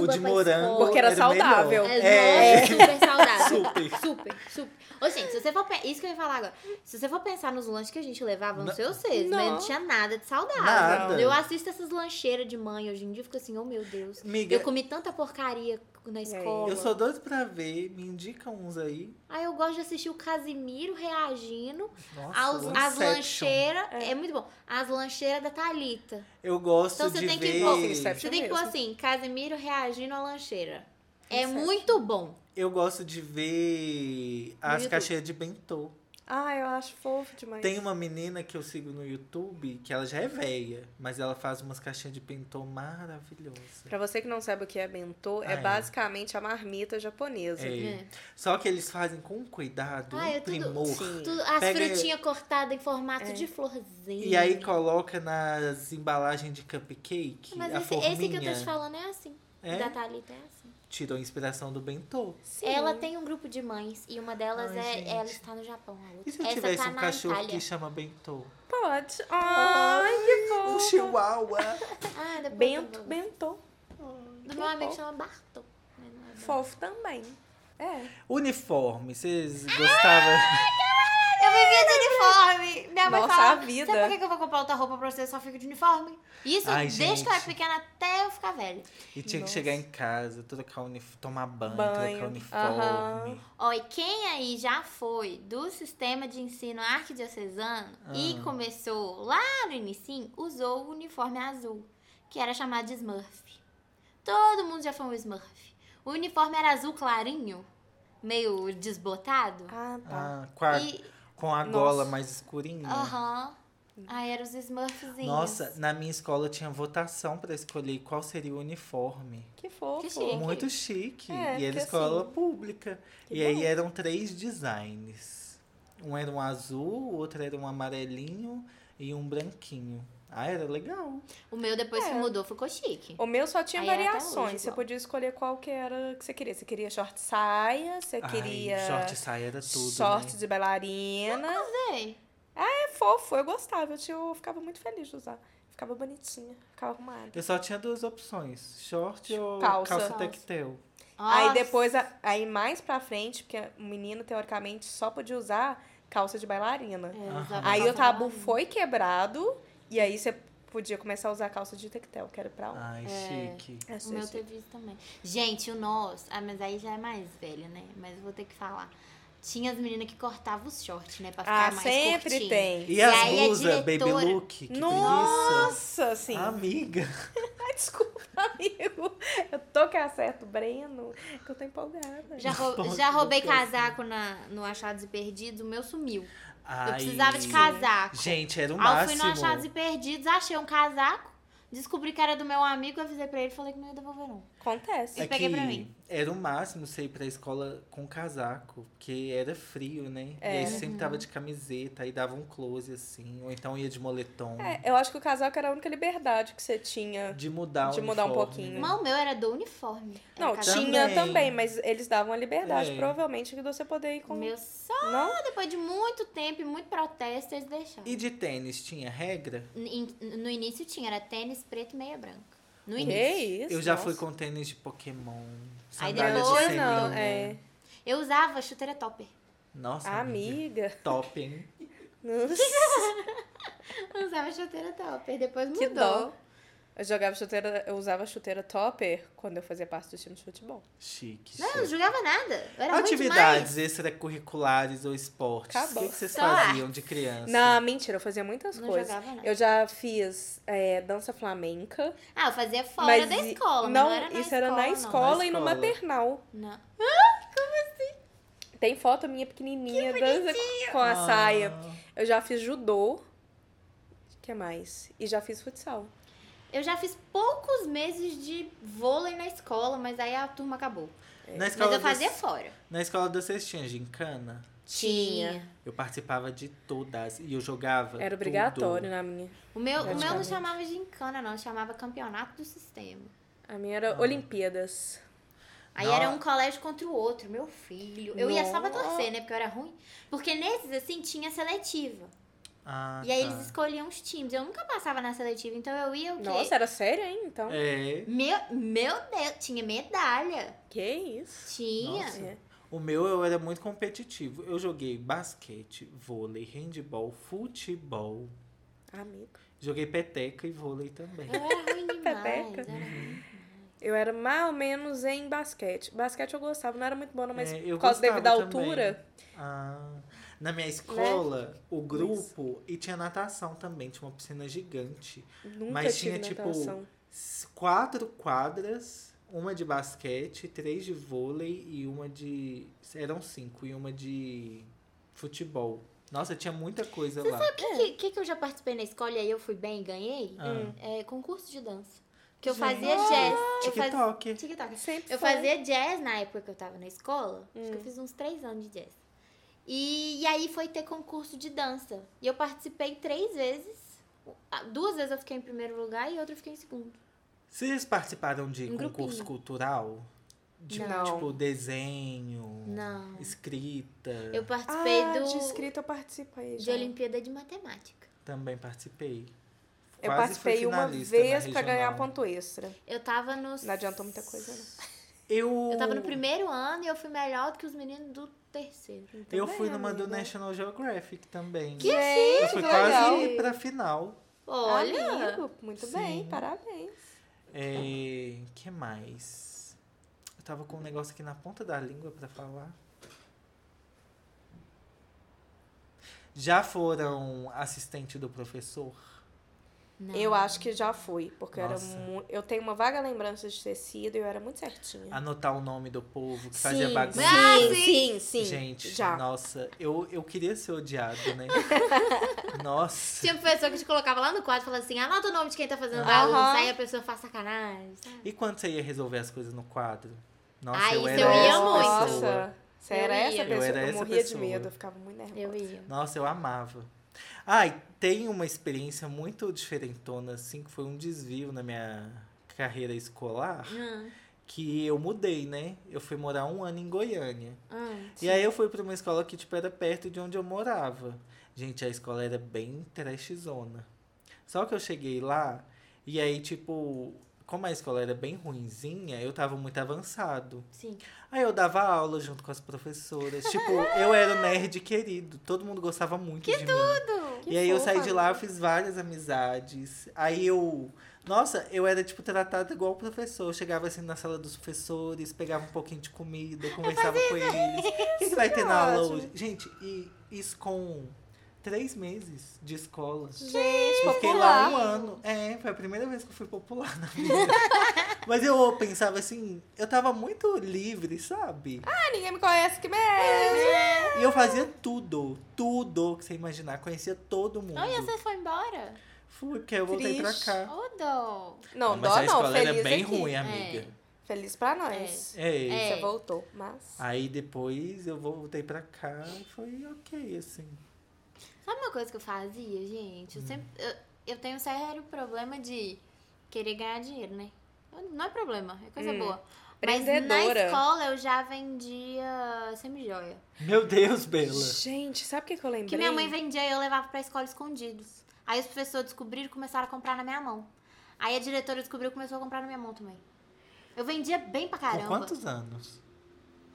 Speaker 1: O de
Speaker 2: pra
Speaker 1: morango.
Speaker 2: escola.
Speaker 3: Porque era
Speaker 1: o
Speaker 3: saudável.
Speaker 1: melhor.
Speaker 2: É,
Speaker 1: É.
Speaker 2: Nossa, super saudável.
Speaker 1: Super.
Speaker 2: Super, super. Ô, gente, se você for. pe- Isso que eu ia falar agora. Se você for pensar nos lanches que a gente levava, não sei vocês, mas
Speaker 3: Não.
Speaker 2: não tinha nada de saudável.
Speaker 1: Nada.
Speaker 2: Eu assisto essas lancheiras de mãe hoje em dia e fico assim, oh meu Deus.
Speaker 1: Amiga,
Speaker 2: Eu comi tanta porcaria na escola.
Speaker 1: eu sou doido pra ver. Me indicam uns aí.
Speaker 2: Aí eu gosto de assistir o Casimiro reagindo
Speaker 1: Nossa, um
Speaker 2: aos, às
Speaker 1: Inception.
Speaker 2: lancheiras. É. muito bom. As lancheiras da Thalita.
Speaker 1: Eu gosto
Speaker 2: Então você
Speaker 1: de
Speaker 2: tem que
Speaker 1: ver...
Speaker 2: pôr-
Speaker 3: Nossa, Inception.
Speaker 2: Você tem que pôr
Speaker 3: mesmo.
Speaker 2: assim, Casimiro reagindo à lancheira. É
Speaker 3: Inception.
Speaker 2: muito bom.
Speaker 1: Eu gosto de ver as
Speaker 2: YouTube.
Speaker 1: caixinhas de bentô.
Speaker 3: Ah, eu acho fofo demais.
Speaker 1: Tem um uma menina que eu sigo no YouTube, que ela já é velha, mas ela faz umas caixinhas de bentô maravilhosas.
Speaker 3: Pra você que não sabe o que é bentô,
Speaker 1: Ah,
Speaker 3: é
Speaker 1: é.
Speaker 3: basicamente a marmita japonesa.
Speaker 1: É.
Speaker 2: É.
Speaker 1: Só que eles fazem com cuidado, um
Speaker 2: Ah, eu tudo-
Speaker 1: primor.
Speaker 3: Sim.
Speaker 2: Tudo- as
Speaker 1: Pega-
Speaker 2: frutinhas cortadas em formato de florzinha.
Speaker 1: E aí coloca nas embalagens de cupcake
Speaker 2: Mas
Speaker 1: a
Speaker 2: esse,
Speaker 1: forminha.
Speaker 2: esse que eu tô te falando é assim.
Speaker 1: É?
Speaker 2: Da Thalita é assim.
Speaker 1: Tirou a inspiração do bentô.
Speaker 3: Sim.
Speaker 2: Ela tem um grupo de mães e uma delas
Speaker 1: Ai,
Speaker 2: é.
Speaker 1: gente.
Speaker 2: Ela está no Japão. A outra.
Speaker 1: E se eu
Speaker 2: Essa
Speaker 1: tivesse
Speaker 2: tá
Speaker 1: um
Speaker 2: na
Speaker 1: cachorro
Speaker 2: Itália.
Speaker 1: que chama bentô?
Speaker 3: Pode. Ai, que
Speaker 1: Um
Speaker 3: fofo.
Speaker 1: chihuahua!
Speaker 2: Ah, depois
Speaker 3: Bento,
Speaker 2: eu vou-
Speaker 3: bentô.
Speaker 2: Do meu amigo chama Bartô. mas não é Bartô.
Speaker 3: Fofo também. É.
Speaker 1: Uniforme, vocês gostavam?
Speaker 2: Eu vou vivia de uniforme. Minha mãe
Speaker 3: Nossa,
Speaker 2: falava,
Speaker 3: a vida.
Speaker 2: sabe por que que eu vou comprar outra roupa pra você? Eu só fico de uniforme. Isso
Speaker 1: Ai,
Speaker 2: desde que eu era
Speaker 1: gente.
Speaker 2: pequena até eu ficar velha.
Speaker 1: E tinha
Speaker 3: Nossa.
Speaker 1: que chegar em casa, trocar unif tomar banho,
Speaker 3: Banho,
Speaker 1: trocar uniforme.
Speaker 3: aham.
Speaker 2: Ó, e quem aí já foi do sistema de ensino arquidiocesano e
Speaker 1: Ah.
Speaker 2: começou lá no início, usou o uniforme azul, que era chamado de Smurf. Todo mundo já foi um Smurf. O uniforme era azul clarinho, meio desbotado.
Speaker 3: Ah, tá.
Speaker 1: Ah, com a,
Speaker 2: E,
Speaker 1: com a
Speaker 3: Nossa.
Speaker 1: gola mais escurinha.
Speaker 2: aham, aí eram os Smurfzinhos.
Speaker 1: Nossa, na minha escola tinha votação pra escolher qual seria o uniforme.
Speaker 3: Que fofo.
Speaker 2: Que chique.
Speaker 1: Muito chique.
Speaker 3: É,
Speaker 1: e
Speaker 3: porque
Speaker 1: era escola pública.
Speaker 3: Que
Speaker 1: e aí
Speaker 3: bom.
Speaker 1: eram três designs. Um era um azul, o outro era um amarelinho e um branquinho. Ah, era legal.
Speaker 2: O meu depois
Speaker 3: É.
Speaker 2: que mudou ficou chique.
Speaker 3: O meu só tinha
Speaker 2: Aí é até
Speaker 3: variações.
Speaker 2: hoje
Speaker 3: você
Speaker 2: igual.
Speaker 3: podia escolher qual que era que você queria. Você queria short saia, você
Speaker 1: Ai,
Speaker 3: queria
Speaker 1: short e saia era tudo.
Speaker 3: shorts
Speaker 1: né?
Speaker 3: de bailarina.
Speaker 2: Sei.
Speaker 3: É fofo, eu gostava. Eu, tinha- eu ficava muito feliz de usar. Ficava bonitinha, ficava arrumada.
Speaker 1: Eu só tinha duas opções: short ou
Speaker 3: Calça.
Speaker 1: calça,
Speaker 2: Calça.
Speaker 1: tectel.
Speaker 2: Nossa.
Speaker 3: Aí depois, a- aí mais pra frente, porque o menino, teoricamente, só podia usar calça de bailarina.
Speaker 2: É, usava
Speaker 3: Aí um
Speaker 2: calça
Speaker 3: o tabu
Speaker 2: larga.
Speaker 3: foi quebrado e aí você podia começar a usar calça de tectel, que era pra Assim, um.
Speaker 1: Ai,
Speaker 2: É.
Speaker 1: chique.
Speaker 2: Ah, O meu teve isso também. Gente, o nosso. Ah, mas aí já é mais velho, né? Mas eu vou ter que falar. Tinha as meninas que cortavam os shorts, né? Pra ficar
Speaker 3: Ah,
Speaker 2: mais
Speaker 3: sempre
Speaker 2: curtinho.
Speaker 3: tem.
Speaker 1: E,
Speaker 2: E
Speaker 1: as
Speaker 2: aí a
Speaker 1: blusas, baby
Speaker 2: diretora-
Speaker 1: look? Que Ah. preguiça.
Speaker 3: Nossa, assim.
Speaker 1: Amiga.
Speaker 3: Ai, desculpa, amigo. Eu tô que acerto, Breno, que eu tô empolgada.
Speaker 2: Já, rou-
Speaker 1: Nossa,
Speaker 2: já roubei
Speaker 1: que péssimo.
Speaker 2: casaco na, no Achados e Perdidos, o meu sumiu. Eu
Speaker 1: Ai.
Speaker 2: precisava de casaco.
Speaker 1: Gente, era o
Speaker 2: Aí eu fui
Speaker 1: máximo.
Speaker 2: no Achados e Perdidos, achei um casaco, descobri que era do meu amigo, avisei pra ele, falei que não ia devolver
Speaker 1: Né.
Speaker 2: não.
Speaker 3: Acontece.
Speaker 2: E peguei pra mim.
Speaker 1: É Era o máximo você ir pra escola com casaco, porque era frio, né?
Speaker 2: É.
Speaker 1: E aí você sempre tava de camiseta, aí dava um close assim, ou então ia de moletom.
Speaker 3: É, eu acho que o casaco era a única liberdade que você tinha.
Speaker 1: De mudar
Speaker 3: De
Speaker 1: o
Speaker 3: mudar um
Speaker 1: uniforme,
Speaker 3: pouquinho.
Speaker 1: Né?
Speaker 2: Mas o meu era do uniforme. Era
Speaker 3: Não,
Speaker 2: casaco.
Speaker 3: tinha também.
Speaker 1: Também.
Speaker 3: mas eles davam a liberdade,
Speaker 1: É.
Speaker 3: provavelmente, que você poder ir
Speaker 2: O
Speaker 3: com.
Speaker 2: meu só
Speaker 3: Não?
Speaker 2: depois de muito tempo e muito protesto, eles deixaram.
Speaker 1: E de tênis tinha regra?
Speaker 2: Em- No início tinha, era tênis preto e meia branca. No
Speaker 3: Que
Speaker 2: início.
Speaker 3: isso?
Speaker 1: Eu já
Speaker 3: nossa.
Speaker 1: fui com tênis de Pokémon,
Speaker 2: Aí
Speaker 1: sandália de né?
Speaker 2: depois,
Speaker 3: Depois
Speaker 1: seminha.
Speaker 3: não, é.
Speaker 2: Eu usava chuteira topper.
Speaker 1: Nossa, amiga.
Speaker 3: Amiga.
Speaker 1: Top, hein?
Speaker 3: Nossa,
Speaker 2: Eu usava chuteira topper, depois mudou.
Speaker 3: que dó. Eu jogava chuteira, eu usava chuteira topper quando eu fazia parte do time de futebol.
Speaker 1: Chique.
Speaker 2: Não, eu não
Speaker 1: chique.
Speaker 2: jogava nada. Eu era
Speaker 1: Atividades
Speaker 2: ruim demais.
Speaker 1: extracurriculares ou esportes.
Speaker 3: Acabou.
Speaker 1: O que que vocês
Speaker 2: Só
Speaker 1: faziam de criança?
Speaker 3: Não, mentira, eu fazia muitas
Speaker 2: Não
Speaker 3: coisas.
Speaker 2: jogava nada.
Speaker 3: Eu já fiz é, dança flamenca.
Speaker 2: Ah, eu fazia fora
Speaker 3: mas
Speaker 2: da
Speaker 3: e-
Speaker 2: escola.
Speaker 3: Não,
Speaker 2: Não, era na
Speaker 3: isso
Speaker 2: escola,
Speaker 3: era na
Speaker 2: não.
Speaker 3: escola
Speaker 1: Na
Speaker 3: e no
Speaker 1: escola.
Speaker 3: maternal.
Speaker 2: Não.
Speaker 3: Tem foto minha pequenininha dança com a
Speaker 1: Ah,
Speaker 3: saia. Eu já fiz judô. O que mais? E já fiz futsal.
Speaker 2: Eu já fiz poucos meses de vôlei na escola, mas aí a turma acabou.
Speaker 3: É.
Speaker 1: Na
Speaker 2: mas
Speaker 1: escola,
Speaker 2: eu fazia
Speaker 1: dos-
Speaker 2: fora.
Speaker 1: na escola de vocês tinha gincana?
Speaker 2: Tinha.
Speaker 1: Eu participava de todas e eu jogava.
Speaker 3: Era obrigatório né? na minha.
Speaker 2: O meu, o meu não
Speaker 3: Praticamente.
Speaker 2: chamava de encana, não. Chamava campeonato do sistema.
Speaker 3: A minha era
Speaker 1: Ah.
Speaker 3: Olimpíadas.
Speaker 2: Aí
Speaker 1: Nossa.
Speaker 2: era um colégio contra o outro, meu filho. Eu ia só pra
Speaker 3: Nossa.
Speaker 2: torcer, né? Porque eu era ruim. Porque nesses, assim, tinha seletiva.
Speaker 1: Tudo. Ah,
Speaker 2: E aí
Speaker 1: tá.
Speaker 2: eles escolhiam os times. Eu nunca passava na seletiva, então eu ia o quê?
Speaker 3: Nossa, era sério, hein? Então.
Speaker 1: É.
Speaker 2: Meu, meu Deus, tinha medalha.
Speaker 3: Que isso?
Speaker 2: Tinha.
Speaker 1: Nossa.
Speaker 3: É.
Speaker 1: O meu eu era muito competitivo. Eu joguei basquete, vôlei, handball, futebol.
Speaker 3: Amigo.
Speaker 1: Joguei peteca e vôlei também.
Speaker 2: Eu era ruim demais.
Speaker 3: Peteca.
Speaker 2: era ruim.
Speaker 3: Eu era mais ou menos em basquete. Basquete eu gostava, não era muito boa, não, mas
Speaker 1: É, eu
Speaker 3: por causa devido à
Speaker 1: gostava também.
Speaker 3: altura.
Speaker 1: Ah, na minha escola,
Speaker 2: Né?
Speaker 1: o grupo e tinha natação também, tinha uma piscina gigante.
Speaker 3: Nunca
Speaker 1: Mas
Speaker 3: tive
Speaker 1: tinha, tipo,
Speaker 3: natação.
Speaker 1: S- Quatro quadras, uma de basquete, três de vôlei e uma de. Eram cinco, e uma de futebol. Nossa, tinha muita coisa lá.
Speaker 2: O que, que- que, que eu já participei na escola e aí eu fui bem e ganhei?
Speaker 1: Ah. Hum.
Speaker 2: É, concurso de dança. Que eu
Speaker 1: Gente.
Speaker 2: fazia jazz. Eu fazia...
Speaker 1: TikTok.
Speaker 2: TikTok.
Speaker 3: Sempre
Speaker 2: Eu
Speaker 3: foi.
Speaker 2: fazia jazz na época que eu tava na escola. Acho que
Speaker 3: Hum.
Speaker 2: eu fiz uns três anos de jazz. E, e aí foi ter concurso de dança. E eu participei três vezes. Ah, Duas vezes eu fiquei em primeiro lugar e outra eu fiquei em segundo.
Speaker 1: Vocês participaram de
Speaker 2: Em
Speaker 1: concurso
Speaker 2: Um grupinho.
Speaker 1: cultural? De,
Speaker 3: Não.
Speaker 1: Tipo, desenho,
Speaker 2: Não.
Speaker 1: escrita.
Speaker 2: Eu participei
Speaker 3: Ah, é.
Speaker 2: do,
Speaker 3: de escrita eu participei.
Speaker 2: de
Speaker 3: já.
Speaker 2: Olimpíada de Matemática.
Speaker 1: Também participei.
Speaker 3: Eu
Speaker 1: Quase fui
Speaker 3: participei uma
Speaker 1: finalista na
Speaker 3: vez pra ganhar
Speaker 1: regional.
Speaker 3: ponto extra.
Speaker 2: Eu tava nos.
Speaker 3: Não adiantou muita coisa, não.
Speaker 1: Eu,
Speaker 2: Eu tava no primeiro ano e eu fui melhor do que os meninos do terceiro.
Speaker 1: eu
Speaker 3: Também,
Speaker 1: fui numa do
Speaker 3: amiga.
Speaker 1: National Geographic também.
Speaker 2: Que
Speaker 1: eu
Speaker 3: né? Gente,
Speaker 1: fui
Speaker 3: que
Speaker 1: quase
Speaker 3: legal.
Speaker 1: pra final.
Speaker 2: Olha!
Speaker 3: Amigo, muito
Speaker 1: Sim.
Speaker 3: bem, parabéns.
Speaker 1: É, que mais? Eu tava com um negócio aqui na ponta da língua pra falar. Já foram assistente do professor?
Speaker 2: Não.
Speaker 3: Eu acho que já fui, porque eu era
Speaker 1: Nossa.
Speaker 3: mu- eu tenho uma vaga lembrança de ter sido e eu era muito certinha.
Speaker 1: Anotar o nome do povo que fazia
Speaker 3: Sim,
Speaker 1: bagunça?
Speaker 2: Ah,
Speaker 3: sim, sim, sim.
Speaker 1: Gente,
Speaker 3: já.
Speaker 1: nossa, eu, eu queria ser odiado, né? nossa.
Speaker 2: Tinha pessoa que te colocava lá no quadro e falava assim, anota o nome de quem tá fazendo
Speaker 3: Aham.
Speaker 2: bagunça, aí a pessoa faz sacanagem. sabe?
Speaker 1: E quando você ia resolver as coisas no quadro? Nossa,
Speaker 2: Ah,
Speaker 1: eu
Speaker 2: isso
Speaker 1: era
Speaker 2: eu ia
Speaker 1: essa
Speaker 2: muito.
Speaker 1: pessoa.
Speaker 3: Nossa, você
Speaker 2: Eu
Speaker 3: era
Speaker 2: ia.
Speaker 3: essa
Speaker 2: Eu
Speaker 3: pessoa?
Speaker 1: era
Speaker 3: Eu,
Speaker 1: essa
Speaker 3: morria
Speaker 1: pessoa.
Speaker 3: de medo, eu ficava muito nervosa.
Speaker 2: Eu ia.
Speaker 1: Nossa, eu amava. Ai, tem uma experiência muito diferentona, assim, que foi um desvio na minha carreira escolar,
Speaker 2: Hum,
Speaker 1: que eu mudei, né? Eu fui morar um ano em Goiânia.
Speaker 2: hum.
Speaker 1: E aí eu fui pra uma escola que, tipo, era perto de onde eu morava. Gente, a escola era bem trashzona. Só que eu cheguei lá, e aí, tipo, como a escola era bem ruinzinha, eu tava muito avançado.
Speaker 2: Sim.
Speaker 1: Aí eu dava aula junto com as professoras. Tipo, eu era o nerd querido. Todo mundo gostava muito de mim.
Speaker 2: Tudo.
Speaker 1: E aí eu saí
Speaker 3: fofa,
Speaker 1: de lá,
Speaker 3: amiga.
Speaker 1: fiz várias amizades. Aí eu. Nossa, eu era, tipo, tratada igual o professor. Eu chegava assim na sala dos professores, pegava um pouquinho de comida, conversava com eles. O que, que vai ter na aula
Speaker 3: é ótimo.
Speaker 1: hoje? Gente, e isso com três meses de escola.
Speaker 3: Gente,
Speaker 1: Eu fiquei lá um
Speaker 3: popular.
Speaker 1: ano. É, foi a primeira vez que eu fui popular na vida. Mas eu pensava assim, eu tava muito livre, sabe?
Speaker 3: Ah, ninguém me é. conhece que
Speaker 1: É.
Speaker 3: mesmo.
Speaker 1: E eu fazia tudo, tudo que você imaginar. Conhecia todo mundo.
Speaker 3: Uhum.
Speaker 2: Olha, você foi embora?
Speaker 1: Fui, porque eu voltei
Speaker 3: Triste.
Speaker 1: pra cá.
Speaker 2: Ô, dó.
Speaker 3: Não,
Speaker 1: Ah, mas
Speaker 3: dó
Speaker 1: a escola
Speaker 3: não, feliz
Speaker 1: era bem
Speaker 3: aqui.
Speaker 1: ruim, é. amiga.
Speaker 3: Feliz pra nós.
Speaker 1: É.
Speaker 2: É.
Speaker 3: Você voltou, mas...
Speaker 1: Aí depois eu voltei pra cá e foi ok, assim.
Speaker 2: Sabe uma coisa que eu fazia, gente?
Speaker 3: Hum.
Speaker 2: Eu, sempre, eu, eu tenho um sério problema de querer ganhar dinheiro, né? Eu- Não é problema, é coisa
Speaker 3: Hum.
Speaker 2: boa. Mas na
Speaker 3: Empreendedora.
Speaker 2: escola eu já vendia semijoia.
Speaker 1: Meu Deus, Bela.
Speaker 3: Gente, sabe o que, que eu lembrei?
Speaker 2: Que minha mãe vendia e eu levava pra escola escondidos. Aí os professores descobriram e começaram a comprar na minha mão. Aí a diretora descobriu e começou a comprar na minha mão também. Eu vendia bem pra caramba.
Speaker 1: Com quantos anos?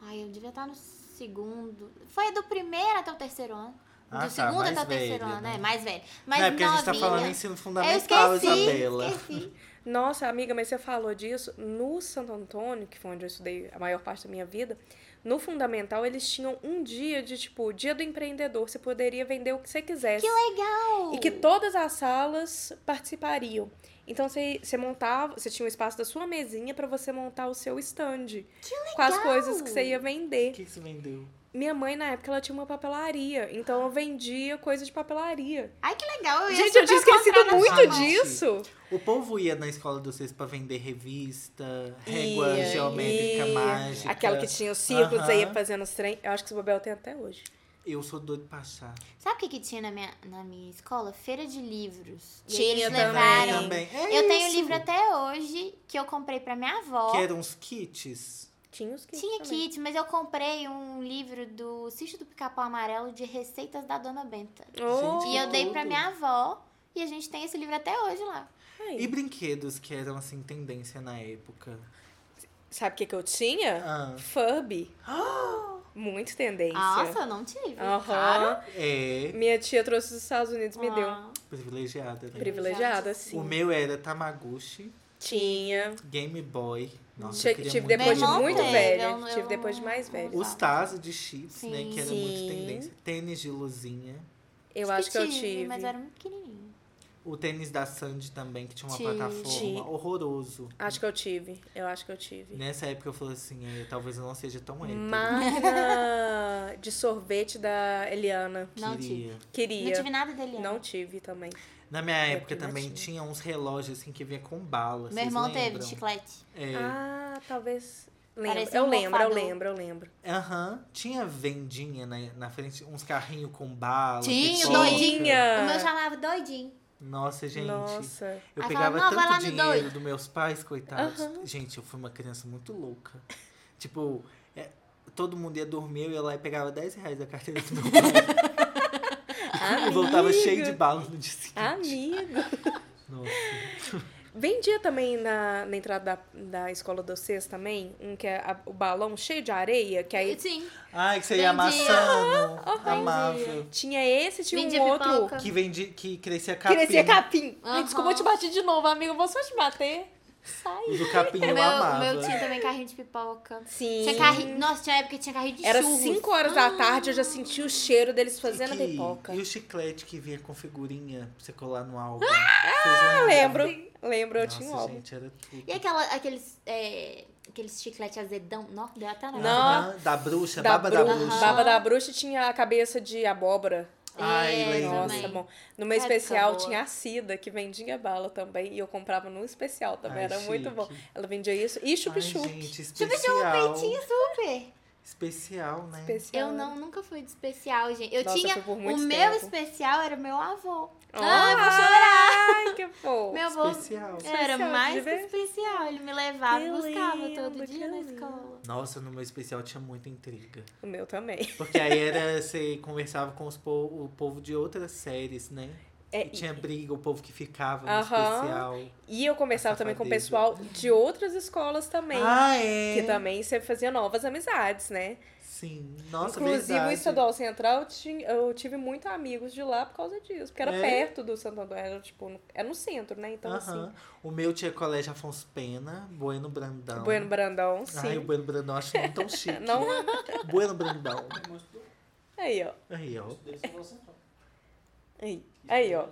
Speaker 2: Ai, eu devia estar no segundo. Foi do primeiro até o terceiro ano.
Speaker 1: Ah, tá,
Speaker 2: do segundo
Speaker 1: mais
Speaker 2: até o terceiro
Speaker 1: velha,
Speaker 2: ano,
Speaker 1: né?
Speaker 2: é, mais velho. Mas
Speaker 1: Não, é porque
Speaker 2: novinha, É,
Speaker 1: a gente tá falando ensino
Speaker 2: eu
Speaker 1: fundamental,
Speaker 2: esqueci,
Speaker 1: Isabela.
Speaker 2: esqueci.
Speaker 3: Nossa, amiga, mas você falou disso. No Santo Antônio, que foi onde eu estudei a maior parte da minha vida, no Fundamental eles tinham um dia de, tipo, dia do empreendedor. Você poderia vender o que você quisesse.
Speaker 2: Que legal!
Speaker 3: E que todas as salas participariam. Então você, você montava, você tinha um espaço da sua mesinha pra você montar o seu stand. Com as coisas que você ia vender.
Speaker 1: O que que você vendeu?
Speaker 3: Minha mãe, na época, ela tinha uma papelaria. Então eu vendia coisa de papelaria.
Speaker 2: Ai, que legal! Eu ia
Speaker 3: Gente,
Speaker 2: super
Speaker 3: eu tinha esquecido
Speaker 2: comprar na sua
Speaker 3: muito
Speaker 2: mão.
Speaker 1: gente.
Speaker 3: disso.
Speaker 1: O povo ia na escola de vocês pra vender revista, régua
Speaker 3: Ia,
Speaker 1: geométrica
Speaker 3: ia.
Speaker 1: mágica.
Speaker 3: Aquela que tinha os círculos,
Speaker 1: Aham.
Speaker 3: aí ia fazendo os trem. Eu acho que esse babel tem até hoje.
Speaker 1: Eu sou doido pra achar.
Speaker 2: Sabe o que, que tinha na minha, na minha escola? Feira de livros. E
Speaker 3: Tinha
Speaker 2: eles
Speaker 3: também.
Speaker 2: levaram.
Speaker 1: Também. É
Speaker 2: Eu tenho
Speaker 1: isso.
Speaker 2: livro até hoje que eu comprei pra minha avó.
Speaker 1: Que é eram uns kits.
Speaker 3: Tinha os que
Speaker 2: Tinha
Speaker 3: também.
Speaker 2: kit, mas eu comprei um livro do Sítio do Pica-Pau Amarelo de receitas da Dona Benta.
Speaker 3: Oh,
Speaker 2: E eu dei pra
Speaker 1: tudo.
Speaker 2: minha avó e a gente tem esse livro até hoje lá.
Speaker 3: ai.
Speaker 1: E brinquedos que eram, assim, tendência na época.
Speaker 3: Sabe o que, que eu tinha?
Speaker 1: Ah,
Speaker 3: Furby. Muito tendência.
Speaker 2: Nossa, eu não tive.
Speaker 3: Aham.
Speaker 2: Claro.
Speaker 1: é
Speaker 3: Minha tia trouxe dos Estados Unidos, me deu.
Speaker 2: Ah.
Speaker 1: privilegiada, né?
Speaker 3: Privilegiada, sim.
Speaker 1: O meu era Tamagotchi,
Speaker 3: Tinha.
Speaker 1: Game Boy. Nossa,
Speaker 3: Tinha-
Speaker 1: eu queria
Speaker 3: tive
Speaker 1: muito um
Speaker 3: depois de
Speaker 1: Game
Speaker 2: Meu irmão
Speaker 3: muito
Speaker 1: Boy.
Speaker 2: teve,
Speaker 3: velha.
Speaker 2: eu não-
Speaker 3: Tive
Speaker 2: eu
Speaker 3: depois de
Speaker 2: não-
Speaker 3: mais velha.
Speaker 1: Os Tazos de chips, né? Que era muito
Speaker 3: Sim.
Speaker 1: tendência. Tênis de luzinha.
Speaker 3: Eu acho que eu tive.
Speaker 2: Mas eu era muito pequenininho.
Speaker 1: O tênis da Sandy também, que tinha uma
Speaker 2: Ti-
Speaker 1: plataforma.
Speaker 3: Ti.
Speaker 1: Horroroso.
Speaker 3: Acho que eu tive. Eu acho que eu tive.
Speaker 1: Nessa época eu falei assim, é, talvez eu não seja tão hétero.
Speaker 3: Máquina de sorvete da Eliana.
Speaker 2: Não
Speaker 1: Queria.
Speaker 3: Queria.
Speaker 2: Não tive nada dele.
Speaker 3: Não tive também.
Speaker 1: Na minha
Speaker 3: Eu
Speaker 1: época
Speaker 3: que não
Speaker 1: também
Speaker 3: tinha.
Speaker 1: tinha uns relógios assim que vinha com bala.
Speaker 2: Meu
Speaker 1: vocês
Speaker 2: irmão teve
Speaker 1: lembram?
Speaker 2: de chiclete.
Speaker 1: É.
Speaker 3: Ah, talvez. Lembro.
Speaker 2: Parecia
Speaker 3: Eu
Speaker 2: um
Speaker 3: lembro, eu
Speaker 2: mofador.
Speaker 3: lembro, eu lembro.
Speaker 1: Aham. Tinha vendinha na, na frente, uns carrinhos com bala.
Speaker 2: Tinha,
Speaker 1: pipoca.
Speaker 2: doidinha. O meu
Speaker 3: Tinha.
Speaker 2: chamava doidinho.
Speaker 1: Nossa, gente.
Speaker 3: Nossa.
Speaker 1: Eu
Speaker 2: Aí
Speaker 1: pegava
Speaker 2: falava, "Não, vai lá
Speaker 1: tanto
Speaker 2: no
Speaker 1: dinheiro
Speaker 2: doido."
Speaker 1: dos meus pais, coitados.
Speaker 3: Aham.
Speaker 1: Gente, eu fui uma criança muito louca. tipo, é, todo mundo ia dormir, eu ia lá e pegava 10 reais da carteira do meu pai.
Speaker 2: Ah.
Speaker 1: e voltava cheio de bala no dia seguinte.
Speaker 3: Amigo.
Speaker 1: Nossa.
Speaker 3: Vendia também na, na entrada da, da escola de vocês também, um que é a- o balão cheio de areia, que aí
Speaker 2: Sim.
Speaker 1: Ai, que seria
Speaker 2: Vendia.
Speaker 1: amassando.
Speaker 2: aham.
Speaker 1: Amava.
Speaker 3: tinha esse, tinha
Speaker 2: Vendia
Speaker 3: um outro
Speaker 2: pipoca.
Speaker 1: Que vendi, que crescia
Speaker 3: que
Speaker 1: capim. né?
Speaker 3: crescia capim. Ai,
Speaker 2: Aham.
Speaker 3: desculpa, eu te bati de novo, amigo. Vou só te bater. Sai.
Speaker 1: O do capim
Speaker 2: O
Speaker 1: eu
Speaker 2: meu, o
Speaker 1: amava.
Speaker 2: meu tinha também carrinho de pipoca.
Speaker 3: Sim.
Speaker 2: Tinha carrinho. Nossa, tinha época que tinha carrinho de
Speaker 3: Era
Speaker 2: churros. Ah.
Speaker 3: 5 horas da tarde, eu já senti o cheiro deles fazendo a
Speaker 1: Que-
Speaker 3: pipoca.
Speaker 1: E o chiclete que vinha com figurinha pra você colar no álbum. Ah,
Speaker 3: Eu lembro, lembro, eu
Speaker 1: Nossa,
Speaker 3: tinha um álbum.
Speaker 1: gente, era tudo.
Speaker 2: E aquela, aqueles, é, aqueles chiclete azedão. Nossa, deu até na
Speaker 3: Não.
Speaker 1: Aham, Da bruxa,
Speaker 3: Da
Speaker 1: baba da
Speaker 3: Bru-
Speaker 1: bruxa.
Speaker 3: Baba da bruxa tinha a cabeça de abóbora.
Speaker 1: Ai,
Speaker 2: É,
Speaker 1: lembro.
Speaker 3: Nossa,
Speaker 2: também. É
Speaker 3: bom. No meu
Speaker 2: Época
Speaker 3: especial
Speaker 2: boa.
Speaker 3: tinha a Cida, que vendia bala também. E eu comprava no especial também.
Speaker 1: Ai,
Speaker 3: era muito
Speaker 1: chique.
Speaker 3: bom. Ela vendia isso e
Speaker 1: Ai,
Speaker 3: chup-chup.
Speaker 1: gente,
Speaker 2: Eu
Speaker 1: especial.
Speaker 2: tinha super.
Speaker 1: Especial, né?
Speaker 3: um Especial.
Speaker 2: Eu não, nunca fui de especial, gente. Eu
Speaker 3: Nossa,
Speaker 2: tinha.
Speaker 3: eu fui por
Speaker 2: O
Speaker 3: muito
Speaker 2: meu
Speaker 3: tempo.
Speaker 2: especial era meu avô.
Speaker 3: Ah,
Speaker 2: Ai, vou
Speaker 3: chorar! que fofo.
Speaker 2: Meu avô
Speaker 1: Especial.
Speaker 2: era
Speaker 3: Especial, de
Speaker 2: mais que
Speaker 3: ver.
Speaker 2: especial. Ele me levava e
Speaker 3: Eu
Speaker 2: buscava
Speaker 3: lembro,
Speaker 2: todo dia
Speaker 3: eu
Speaker 2: na
Speaker 3: lembro.
Speaker 2: escola.
Speaker 1: Nossa, no meu especial tinha muita intriga.
Speaker 3: O meu também.
Speaker 1: Porque aí era, você conversava com os po- o povo de outras séries, né?
Speaker 3: É,
Speaker 1: E tinha briga, o povo que ficava no
Speaker 3: Aham.
Speaker 1: especial.
Speaker 3: E eu conversava também com o
Speaker 1: Safadeza.
Speaker 3: pessoal de outras escolas também.
Speaker 1: Ah, é.
Speaker 3: Que também você fazia novas amizades, né?
Speaker 1: Sim. Nossa,
Speaker 3: Inclusive
Speaker 1: verdade.
Speaker 3: o Estadual Central, eu tinha- eu tive muitos amigos de lá por causa disso. Porque era
Speaker 1: É?
Speaker 3: perto do Santo André, era tipo, no, era no centro, né? Então,
Speaker 1: Aham.
Speaker 3: assim,
Speaker 1: O meu tinha colégio Afonso Pena, Bueno Brandão.
Speaker 3: Bueno Brandão, sim.
Speaker 1: Ai, o Bueno Brandão, eu acho não tão chique.
Speaker 3: Não,
Speaker 1: Bueno Brandão.
Speaker 3: aí, ó.
Speaker 1: Aí, ó.
Speaker 3: Aí, aí ó.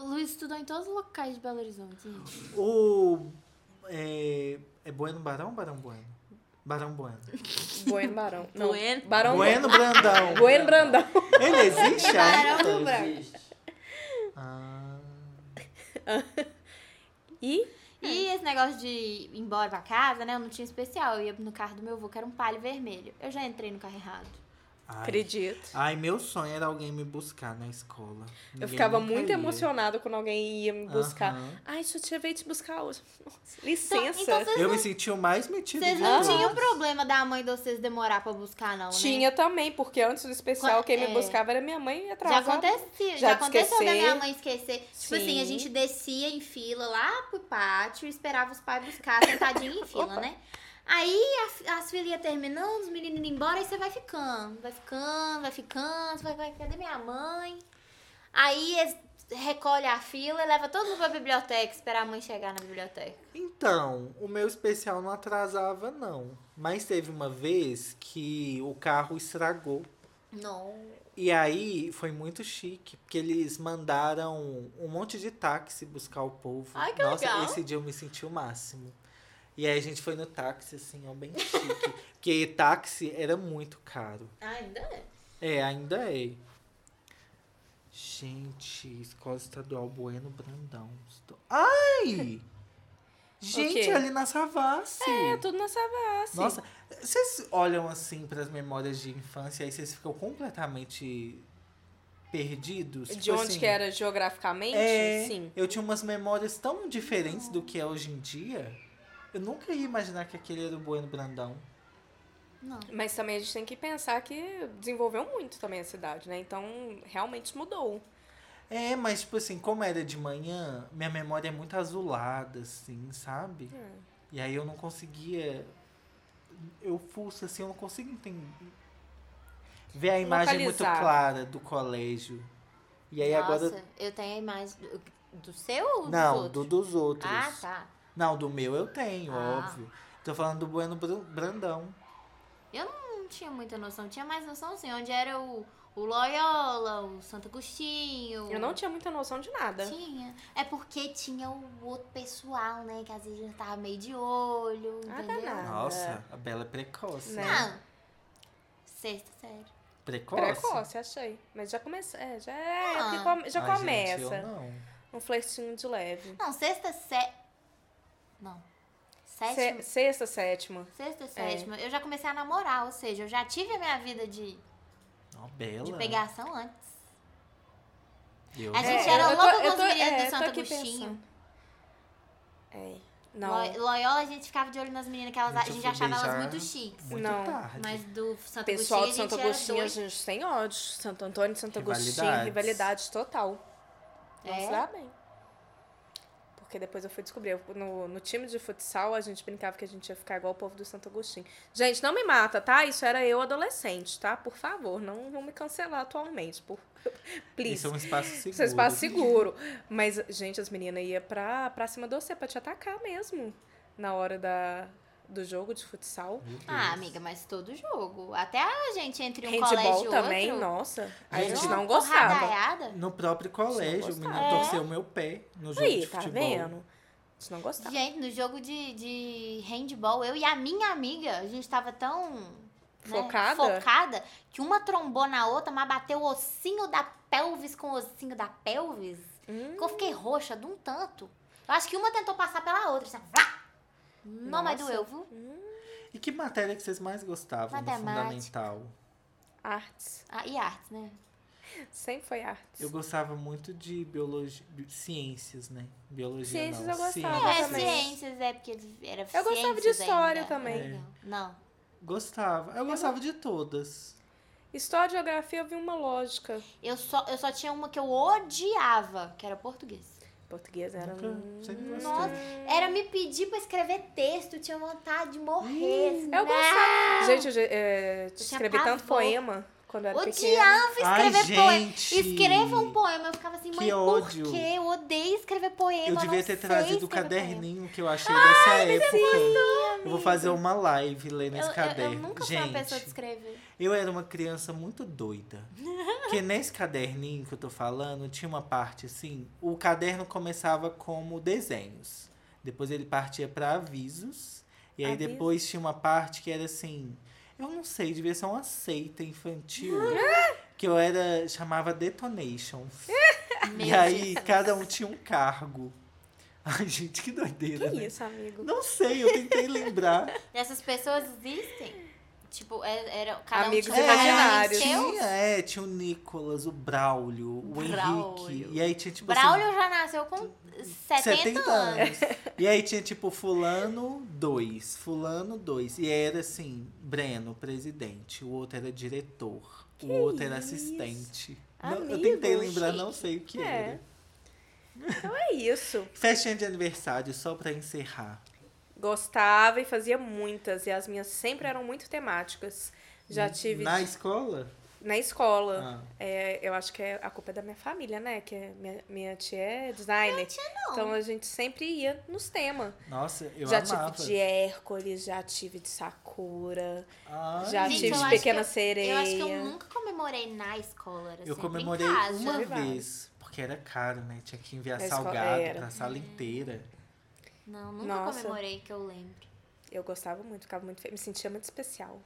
Speaker 2: O Luiz estudou em todos os locais de Belo Horizonte, gente.
Speaker 1: O. É, é Bueno Barão ou Barão Bueno? Barão Bueno.
Speaker 3: Bueno Barão. Não,
Speaker 2: Bueno-
Speaker 3: Barão
Speaker 1: bueno Brandão.
Speaker 3: Bueno Brandão.
Speaker 1: Ele existe
Speaker 2: Barão do
Speaker 1: ainda?
Speaker 2: Branco.
Speaker 1: Ah,
Speaker 3: E
Speaker 2: E esse negócio de ir embora pra casa, né? Eu não tinha especial. Eu ia no carro do meu avô, que era um palio vermelho. Eu já entrei no carro errado.
Speaker 1: ai.
Speaker 3: acredito.
Speaker 1: Ai, meu sonho era alguém me buscar na escola.
Speaker 3: Eu
Speaker 1: Ninguém
Speaker 3: ficava
Speaker 1: nunca
Speaker 3: muito
Speaker 1: ia.
Speaker 3: emocionada quando alguém ia me buscar.
Speaker 1: Aham.
Speaker 3: Ai, deixa eu veio te buscar hoje. Nossa,
Speaker 2: Então,
Speaker 3: Licença.
Speaker 2: então vocês
Speaker 1: Eu
Speaker 2: não,
Speaker 1: me senti o mais metido
Speaker 2: vocês
Speaker 1: de
Speaker 2: não
Speaker 1: todos.
Speaker 2: tinham problema da mãe de vocês demorar pra buscar, não, né?
Speaker 3: Tinha também, porque antes do especial,
Speaker 2: Quando-
Speaker 3: quem me
Speaker 2: é.
Speaker 3: buscava era minha mãe e
Speaker 2: Já
Speaker 3: atrasava.
Speaker 2: aconteceu, já,
Speaker 3: já de
Speaker 2: aconteceu da
Speaker 3: esquecer.
Speaker 2: minha mãe esquecer. Tipo assim,
Speaker 3: Sim.
Speaker 2: a gente descia em fila lá pro pátio, esperava os pais buscar, sentadinho em fila, né? Aí a- as filas iam terminando, os meninos indo embora, aí você vai ficando, vai ficando, vai ficando, você vai, vai, cadê minha mãe? Aí eles recolhem a fila e leva todo mundo pra biblioteca, esperar a mãe chegar na biblioteca.
Speaker 1: Então, o meu especial não atrasava, não. Mas teve uma vez que o carro estragou.
Speaker 2: Não.
Speaker 1: E aí foi muito chique, porque eles mandaram um monte de táxi buscar o povo.
Speaker 2: Ai, que
Speaker 1: Nossa,
Speaker 2: legal.
Speaker 1: esse dia eu me senti o máximo. E aí a gente foi no táxi, assim, ó, bem chique. porque táxi era muito caro.
Speaker 2: Ainda é.
Speaker 1: É, ainda é. Gente, Escola Estadual Bueno Brandão. Estou- Ai! Gente,
Speaker 3: quê?
Speaker 1: ali na Savassi.
Speaker 3: É, tudo na Savassi.
Speaker 1: Nossa, vocês olham assim para as memórias de infância e vocês ficam completamente perdidos?
Speaker 3: De
Speaker 1: Tipo
Speaker 3: onde
Speaker 1: assim,
Speaker 3: que era geograficamente?
Speaker 1: É,
Speaker 3: Sim.
Speaker 1: Eu tinha umas memórias tão diferentes do que é hoje em dia. Eu nunca ia imaginar que aquele era o Bueno Brandão.
Speaker 2: Não.
Speaker 3: Mas também a gente tem que pensar que desenvolveu muito também a cidade, né? Então, realmente mudou.
Speaker 1: É, mas tipo assim, como era de manhã, minha memória é muito azulada, assim, sabe?
Speaker 2: É.
Speaker 1: E aí eu não conseguia. Eu fuço assim, eu não consigo entender. Ver a imagem
Speaker 3: Localizar.
Speaker 1: muito clara do colégio. E aí agora
Speaker 2: Nossa, eu tenho a imagem do, do seu ou dos
Speaker 1: Não, do
Speaker 2: outros?
Speaker 1: dos outros.
Speaker 2: Ah, tá.
Speaker 1: Não, do meu eu tenho,
Speaker 2: Ah.
Speaker 1: óbvio. Tô falando do Bueno Bru- Brandão.
Speaker 2: não tinha muita noção. Tinha mais noção, assim, onde era o, o Loyola, o Santo Agostinho.
Speaker 3: Eu não tinha muita noção de nada.
Speaker 2: tinha. É porque tinha o outro pessoal, né? Que às vezes já tava meio de olho,
Speaker 3: Ah,
Speaker 2: entendeu?
Speaker 3: danado.
Speaker 1: Nossa,
Speaker 2: né.
Speaker 1: a Bela é precoce.
Speaker 3: Né?
Speaker 1: né?
Speaker 2: Não. Sexta série.
Speaker 1: Precoce?
Speaker 3: Precoce, achei. Mas já começa, é, já, é,
Speaker 2: Ah.
Speaker 3: que come- já
Speaker 1: Ai,
Speaker 3: começa.
Speaker 1: Gente, eu não.
Speaker 3: um flertinho de leve.
Speaker 2: Não, sexta série. Não. Sétima.
Speaker 3: Se- sexta, sétima.
Speaker 2: Sexta, sétima. Eu já comecei a namorar, ou seja, eu já tive a minha vida de,
Speaker 1: Não, Bela.
Speaker 2: de pegação antes.
Speaker 1: Eu
Speaker 2: A
Speaker 1: não.
Speaker 2: gente era
Speaker 3: É, eu tô-
Speaker 2: louca
Speaker 3: eu
Speaker 2: com
Speaker 3: tô-
Speaker 2: os meninos
Speaker 3: é,
Speaker 2: do
Speaker 3: eu tô
Speaker 2: Santo
Speaker 3: aqui
Speaker 2: Agostinho.
Speaker 3: pensando. É. Não.
Speaker 2: Lo- Loyola, a gente ficava de olho nas meninas, que elas, a
Speaker 1: Gente, eu
Speaker 2: gente
Speaker 1: fui
Speaker 2: achava elas
Speaker 1: beijar.
Speaker 2: muito chiques.
Speaker 1: Muito
Speaker 3: Não,
Speaker 1: tarde.
Speaker 2: Mas do
Speaker 3: O
Speaker 2: Santo
Speaker 3: pessoal
Speaker 2: Agostinho,
Speaker 3: de Santo
Speaker 2: a gente
Speaker 3: Agostinho,
Speaker 2: era
Speaker 3: a
Speaker 2: doido.
Speaker 3: gente tem ódio. Santo Antônio, Santo Agostinho,
Speaker 1: Rivalidades.
Speaker 3: rivalidade total. Não
Speaker 2: É?
Speaker 3: se dá bem. porque depois eu fui descobrir. Eu- no, no time de futsal, a gente brincava que a gente ia ficar igual o povo do Santo Agostinho. Gente, não me mata, tá? Isso era eu adolescente, tá? Por favor, não vão me cancelar atualmente. Por... Please.
Speaker 1: Isso é um espaço seguro.
Speaker 3: Você espaço seguro. Mas, gente, as meninas iam pra, pra cima do você pra te atacar mesmo. Na hora da, do jogo de futsal.
Speaker 1: Meu Deus.
Speaker 2: Ah, amiga, mas todo jogo. Até a gente entre um colégio e
Speaker 3: Handball
Speaker 2: outro.
Speaker 3: também, nossa. A
Speaker 1: Aí,
Speaker 3: gente
Speaker 1: ó,
Speaker 3: não gostava.
Speaker 2: Porradaiada.
Speaker 1: No próprio colégio, o
Speaker 3: gostava.
Speaker 1: menino torceu meu pé no jogo
Speaker 3: Aí,
Speaker 1: de
Speaker 3: tá
Speaker 1: futebol.
Speaker 3: vendo? A gente não gostava.
Speaker 2: Gente, no jogo de, de handball, eu e a minha amiga, a gente tava tão. né,
Speaker 3: Focada?
Speaker 2: focada que uma trombou na outra, mas bateu o ossinho da pelvis com o ossinho da pelvis.
Speaker 3: Hum.
Speaker 2: Que eu fiquei roxa de um tanto. Eu acho que uma tentou passar pela outra. Assim, vrá! não, mas
Speaker 3: Nossa.
Speaker 2: doeu, viu?
Speaker 1: E que matéria que vocês mais gostavam no
Speaker 2: Matemática.
Speaker 1: fundamental?
Speaker 3: Artes.
Speaker 2: Ah, e artes, né?
Speaker 3: Sempre foi artes.
Speaker 1: Eu gostava muito de biologia, bi- ciências, né? Biologia
Speaker 3: Ciências
Speaker 1: não,
Speaker 3: eu gostava
Speaker 1: ciências.
Speaker 2: É,
Speaker 3: também.
Speaker 2: ciências, é porque era
Speaker 3: Eu gostava de
Speaker 2: ciências
Speaker 3: história
Speaker 2: ainda.
Speaker 3: também.
Speaker 2: Era legal. Não.
Speaker 1: Gostava. Eu gostava de todas.
Speaker 3: História e geografia eu vi uma lógica.
Speaker 2: Eu só, eu só tinha uma que eu odiava, que era português.
Speaker 3: Português era.
Speaker 1: Nunca-
Speaker 3: um-
Speaker 1: sempre gostei.
Speaker 2: Nossa, era me pedir pra escrever texto, eu tinha vontade de morrer. assim,
Speaker 3: Hum,
Speaker 2: né?
Speaker 3: Eu gostava. Gente, eu já, eh, escrevi tanto
Speaker 2: pavor.
Speaker 3: poema quando eu era pequena.
Speaker 2: Odiava
Speaker 1: Ai,
Speaker 2: escrever poema.
Speaker 1: gente!
Speaker 2: Escreva um poema. Eu ficava assim,
Speaker 1: Que
Speaker 2: mãe,
Speaker 1: ódio.
Speaker 2: por quê? Eu odeio escrever poema.
Speaker 1: Eu
Speaker 2: não
Speaker 1: devia ter
Speaker 2: sei
Speaker 1: trazido o
Speaker 2: escrever
Speaker 1: caderninho que eu achei dessa época. eu vou fazer uma live lendo
Speaker 2: poema.
Speaker 1: esse
Speaker 2: Eu, eu, eu
Speaker 1: caderno.
Speaker 2: nunca
Speaker 1: Gente,
Speaker 2: fui uma pessoa de escrever.
Speaker 1: eu era uma criança muito doida. Porque nesse caderninho que eu tô falando, tinha uma parte assim. O caderno começava como desenhos. Depois ele partia pra avisos. E aí
Speaker 3: Avisos.
Speaker 1: depois tinha uma parte que era assim. Eu não sei, devia ser uma seita infantil. que eu era. chamava Detonations.
Speaker 2: Meu
Speaker 1: e aí
Speaker 2: Jesus.
Speaker 1: cada um tinha um cargo. Ai, gente, que doideira,
Speaker 3: Que
Speaker 1: né?
Speaker 3: isso, amigo?
Speaker 1: Não sei, eu tentei lembrar.
Speaker 2: Essas pessoas existem? Tipo, é- era, cada
Speaker 3: Amigos
Speaker 2: um tinha um
Speaker 3: imaginários.
Speaker 2: seu?
Speaker 1: tinha, é, tinha o Nicolas, o Braulio, o
Speaker 2: Braulio.
Speaker 1: Henrique. E aí tinha, tipo
Speaker 2: Braulio já nasceu com
Speaker 1: assim,
Speaker 2: 70, anos.
Speaker 1: E aí tinha, tipo, fulano 2, fulano 2. E era assim, Breno, presidente. O outro era diretor. o outro era
Speaker 3: isso?
Speaker 1: assistente. Não, eu
Speaker 3: Amigo,
Speaker 1: tentei lembrar,
Speaker 2: chique.
Speaker 1: não sei o que
Speaker 3: É.
Speaker 1: era.
Speaker 3: Então é isso.
Speaker 1: Festinha de aniversário, só pra encerrar.
Speaker 3: Gostava e fazia muitas. E as minhas sempre eram muito temáticas. Já tive
Speaker 1: Hum, Na
Speaker 3: de-
Speaker 1: escola?
Speaker 3: na escola.
Speaker 1: Ah.
Speaker 3: É, eu acho que é a culpa é da minha família, né? Que é- minha, minha tia é designer. Então a gente sempre ia nos temas.
Speaker 1: Nossa, eu
Speaker 3: já
Speaker 1: amava.
Speaker 3: tive de Hércules, já tive de Sakura,
Speaker 1: Ai,
Speaker 3: já
Speaker 2: Gente,
Speaker 3: tive
Speaker 2: eu
Speaker 3: de
Speaker 2: acho
Speaker 3: Pequena
Speaker 2: que
Speaker 3: Sereia.
Speaker 2: Eu acho que eu nunca comemorei na escola. Era
Speaker 1: Eu
Speaker 2: É sempre
Speaker 1: comemorei
Speaker 2: em casa.
Speaker 1: uma
Speaker 3: Teve várias.
Speaker 1: vez, porque era caro, né? Tinha que enviar
Speaker 3: Na escola
Speaker 1: salgado
Speaker 3: É, era.
Speaker 1: pra
Speaker 2: Uhum.
Speaker 1: sala inteira.
Speaker 2: Não, nunca
Speaker 3: Nossa.
Speaker 2: comemorei que eu lembro.
Speaker 3: Eu gostava muito, ficava muito fe... me sentia muito especial.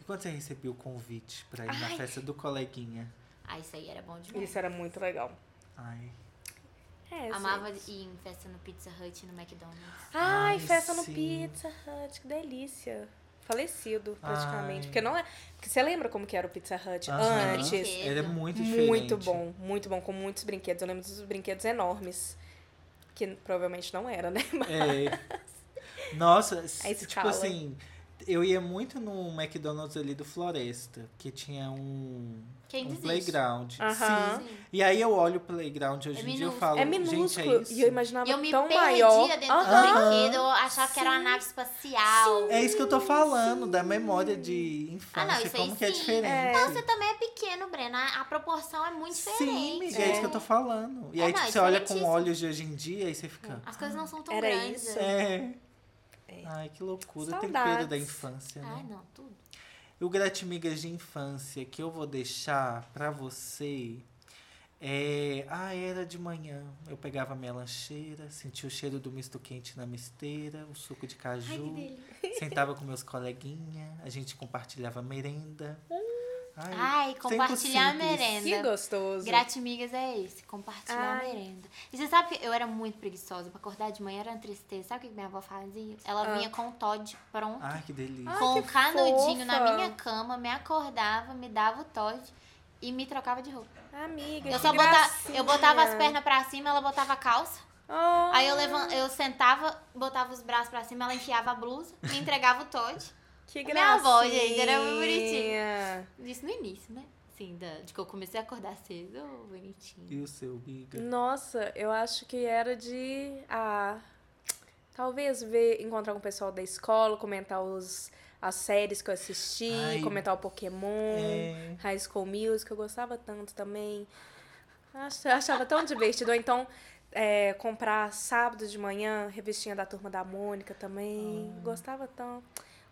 Speaker 1: E quando você recebeu o convite pra ir
Speaker 3: Ai.
Speaker 1: na festa do coleguinha?
Speaker 2: Ah, isso aí era bom demais.
Speaker 3: Isso era muito legal.
Speaker 1: Ai.
Speaker 3: É,
Speaker 2: Amava
Speaker 3: gente.
Speaker 2: ir em festa no Pizza Hut e no McDonald's.
Speaker 3: Ai,
Speaker 1: Ai,
Speaker 3: festa no
Speaker 1: sim.
Speaker 3: Pizza Hut, que delícia. Falecido, praticamente.
Speaker 1: Ai.
Speaker 3: Porque não é. Porque você lembra como que era o Pizza Hut
Speaker 1: Aham.
Speaker 3: antes?
Speaker 2: Brinquedo.
Speaker 1: Era muito diferente.
Speaker 3: Muito bom, muito bom, com muitos brinquedos. Eu lembro dos brinquedos enormes. Que provavelmente não era, né? Mas
Speaker 1: É. Nossa,
Speaker 3: A
Speaker 1: tipo
Speaker 3: escala.
Speaker 1: assim, eu ia muito no McDonald's ali do Floresta, que tinha um,
Speaker 2: Quem
Speaker 1: um
Speaker 2: desiste?
Speaker 1: playground.
Speaker 3: Aham.
Speaker 1: Sim.
Speaker 2: Sim.
Speaker 1: E aí eu olho o playground hoje
Speaker 2: É
Speaker 1: em dia eu
Speaker 2: minúsculo.
Speaker 1: falo,
Speaker 3: é
Speaker 1: gente,
Speaker 3: minúsculo.
Speaker 1: é isso.
Speaker 3: e eu imaginava
Speaker 2: E eu me
Speaker 3: tão
Speaker 2: perdia
Speaker 3: maior.
Speaker 2: dentro
Speaker 3: Aham.
Speaker 2: do
Speaker 1: Aham.
Speaker 2: brinquedo. Eu achava que era uma nave espacial.
Speaker 1: É isso que eu tô falando, da memória de
Speaker 2: Ah, não,
Speaker 1: infância,
Speaker 2: isso aí
Speaker 1: como que é
Speaker 2: sim.
Speaker 1: diferente.
Speaker 3: É.
Speaker 2: Então você também é pequeno, Breno. A, a proporção é muito diferente.
Speaker 1: Sim, amiga, é. isso que eu tô falando. E
Speaker 2: É,
Speaker 1: aí,
Speaker 2: não,
Speaker 1: tipo,
Speaker 2: é
Speaker 1: você olha com
Speaker 2: diferentíssimo.
Speaker 1: olhos de hoje em dia e você fica.
Speaker 2: As coisas não são tão
Speaker 3: Era
Speaker 2: grandes.
Speaker 3: isso.
Speaker 1: É.
Speaker 3: É.
Speaker 1: Ai, que loucura.
Speaker 3: Saudades.
Speaker 1: Tempero da infância,
Speaker 2: Ai,
Speaker 1: né?
Speaker 2: não, tudo.
Speaker 1: O Gratimigas de infância que eu vou deixar pra você é. Ah, era de manhã. Eu pegava minha lancheira, sentia o cheiro do misto quente na misteira, o suco de
Speaker 2: Ai, que
Speaker 1: caju.
Speaker 2: delícia.
Speaker 1: sentava com meus coleguinhas, a gente compartilhava merenda.
Speaker 2: Hum.
Speaker 1: Ai,
Speaker 2: Ai, compartilhar a
Speaker 1: simples.
Speaker 2: merenda.
Speaker 3: Que gostoso.
Speaker 2: Gratimigas é esse, compartilhar
Speaker 3: Ai.
Speaker 2: a merenda. E você sabe que eu era muito preguiçosa, pra acordar de manhã era uma tristeza. Sabe o que minha avó fazia? Ela
Speaker 3: Ah.
Speaker 2: vinha com o Todd pronto,
Speaker 1: Ai, que delícia.
Speaker 2: com o
Speaker 3: que
Speaker 2: canudinho na
Speaker 3: fofa.
Speaker 2: minha cama, me acordava, me dava o Todd e me trocava de roupa.
Speaker 3: Amiga,
Speaker 2: Eu
Speaker 3: que
Speaker 2: só botava,
Speaker 3: gracinha.
Speaker 2: eu botava as pernas pra cima, ela botava a calça.
Speaker 3: Ah,
Speaker 2: Aí eu, levan, eu sentava, botava os braços pra cima, ela enfiava a blusa, me entregava o Todd.
Speaker 3: Que
Speaker 2: Minha
Speaker 3: gracinha.
Speaker 2: avó, gente, era muito bonitinha. Isso no início, né? assim, da, de que eu comecei a acordar cedo, ô, bonitinho.
Speaker 1: E o seu, Biga?
Speaker 3: Nossa, eu acho que era de. Ah, talvez ver, encontrar com o pessoal da escola, comentar os, as séries que eu assisti,
Speaker 1: Ai.
Speaker 3: comentar o
Speaker 2: Hum.
Speaker 3: Pokémon,
Speaker 1: É.
Speaker 3: High School Music, eu gostava tanto também. Ach- Eu achava tão divertido. Ou então é, comprar sábado de manhã, revistinha da turma da Mônica também. Gostava tão.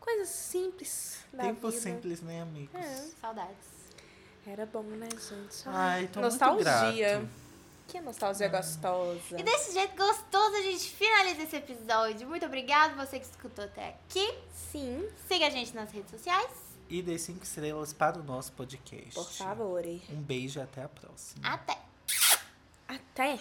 Speaker 3: Coisas simples da
Speaker 1: Ah. Tempo
Speaker 3: vida.
Speaker 1: simples, né, amigos?
Speaker 3: É.
Speaker 2: Saudades.
Speaker 3: Era bom, né, gente?
Speaker 1: Ai, tô
Speaker 3: nostalgia.
Speaker 1: muito grato.
Speaker 3: Que nostalgia gostosa.
Speaker 2: E desse jeito gostoso a gente finaliza esse episódio. Muito obrigada você que escutou até aqui.
Speaker 3: Sim,
Speaker 2: Siga a gente nas redes sociais.
Speaker 1: E dê cinco estrelas para o nosso podcast.
Speaker 3: por favor.
Speaker 1: Um beijo e até a próxima.
Speaker 2: Até!
Speaker 3: Até!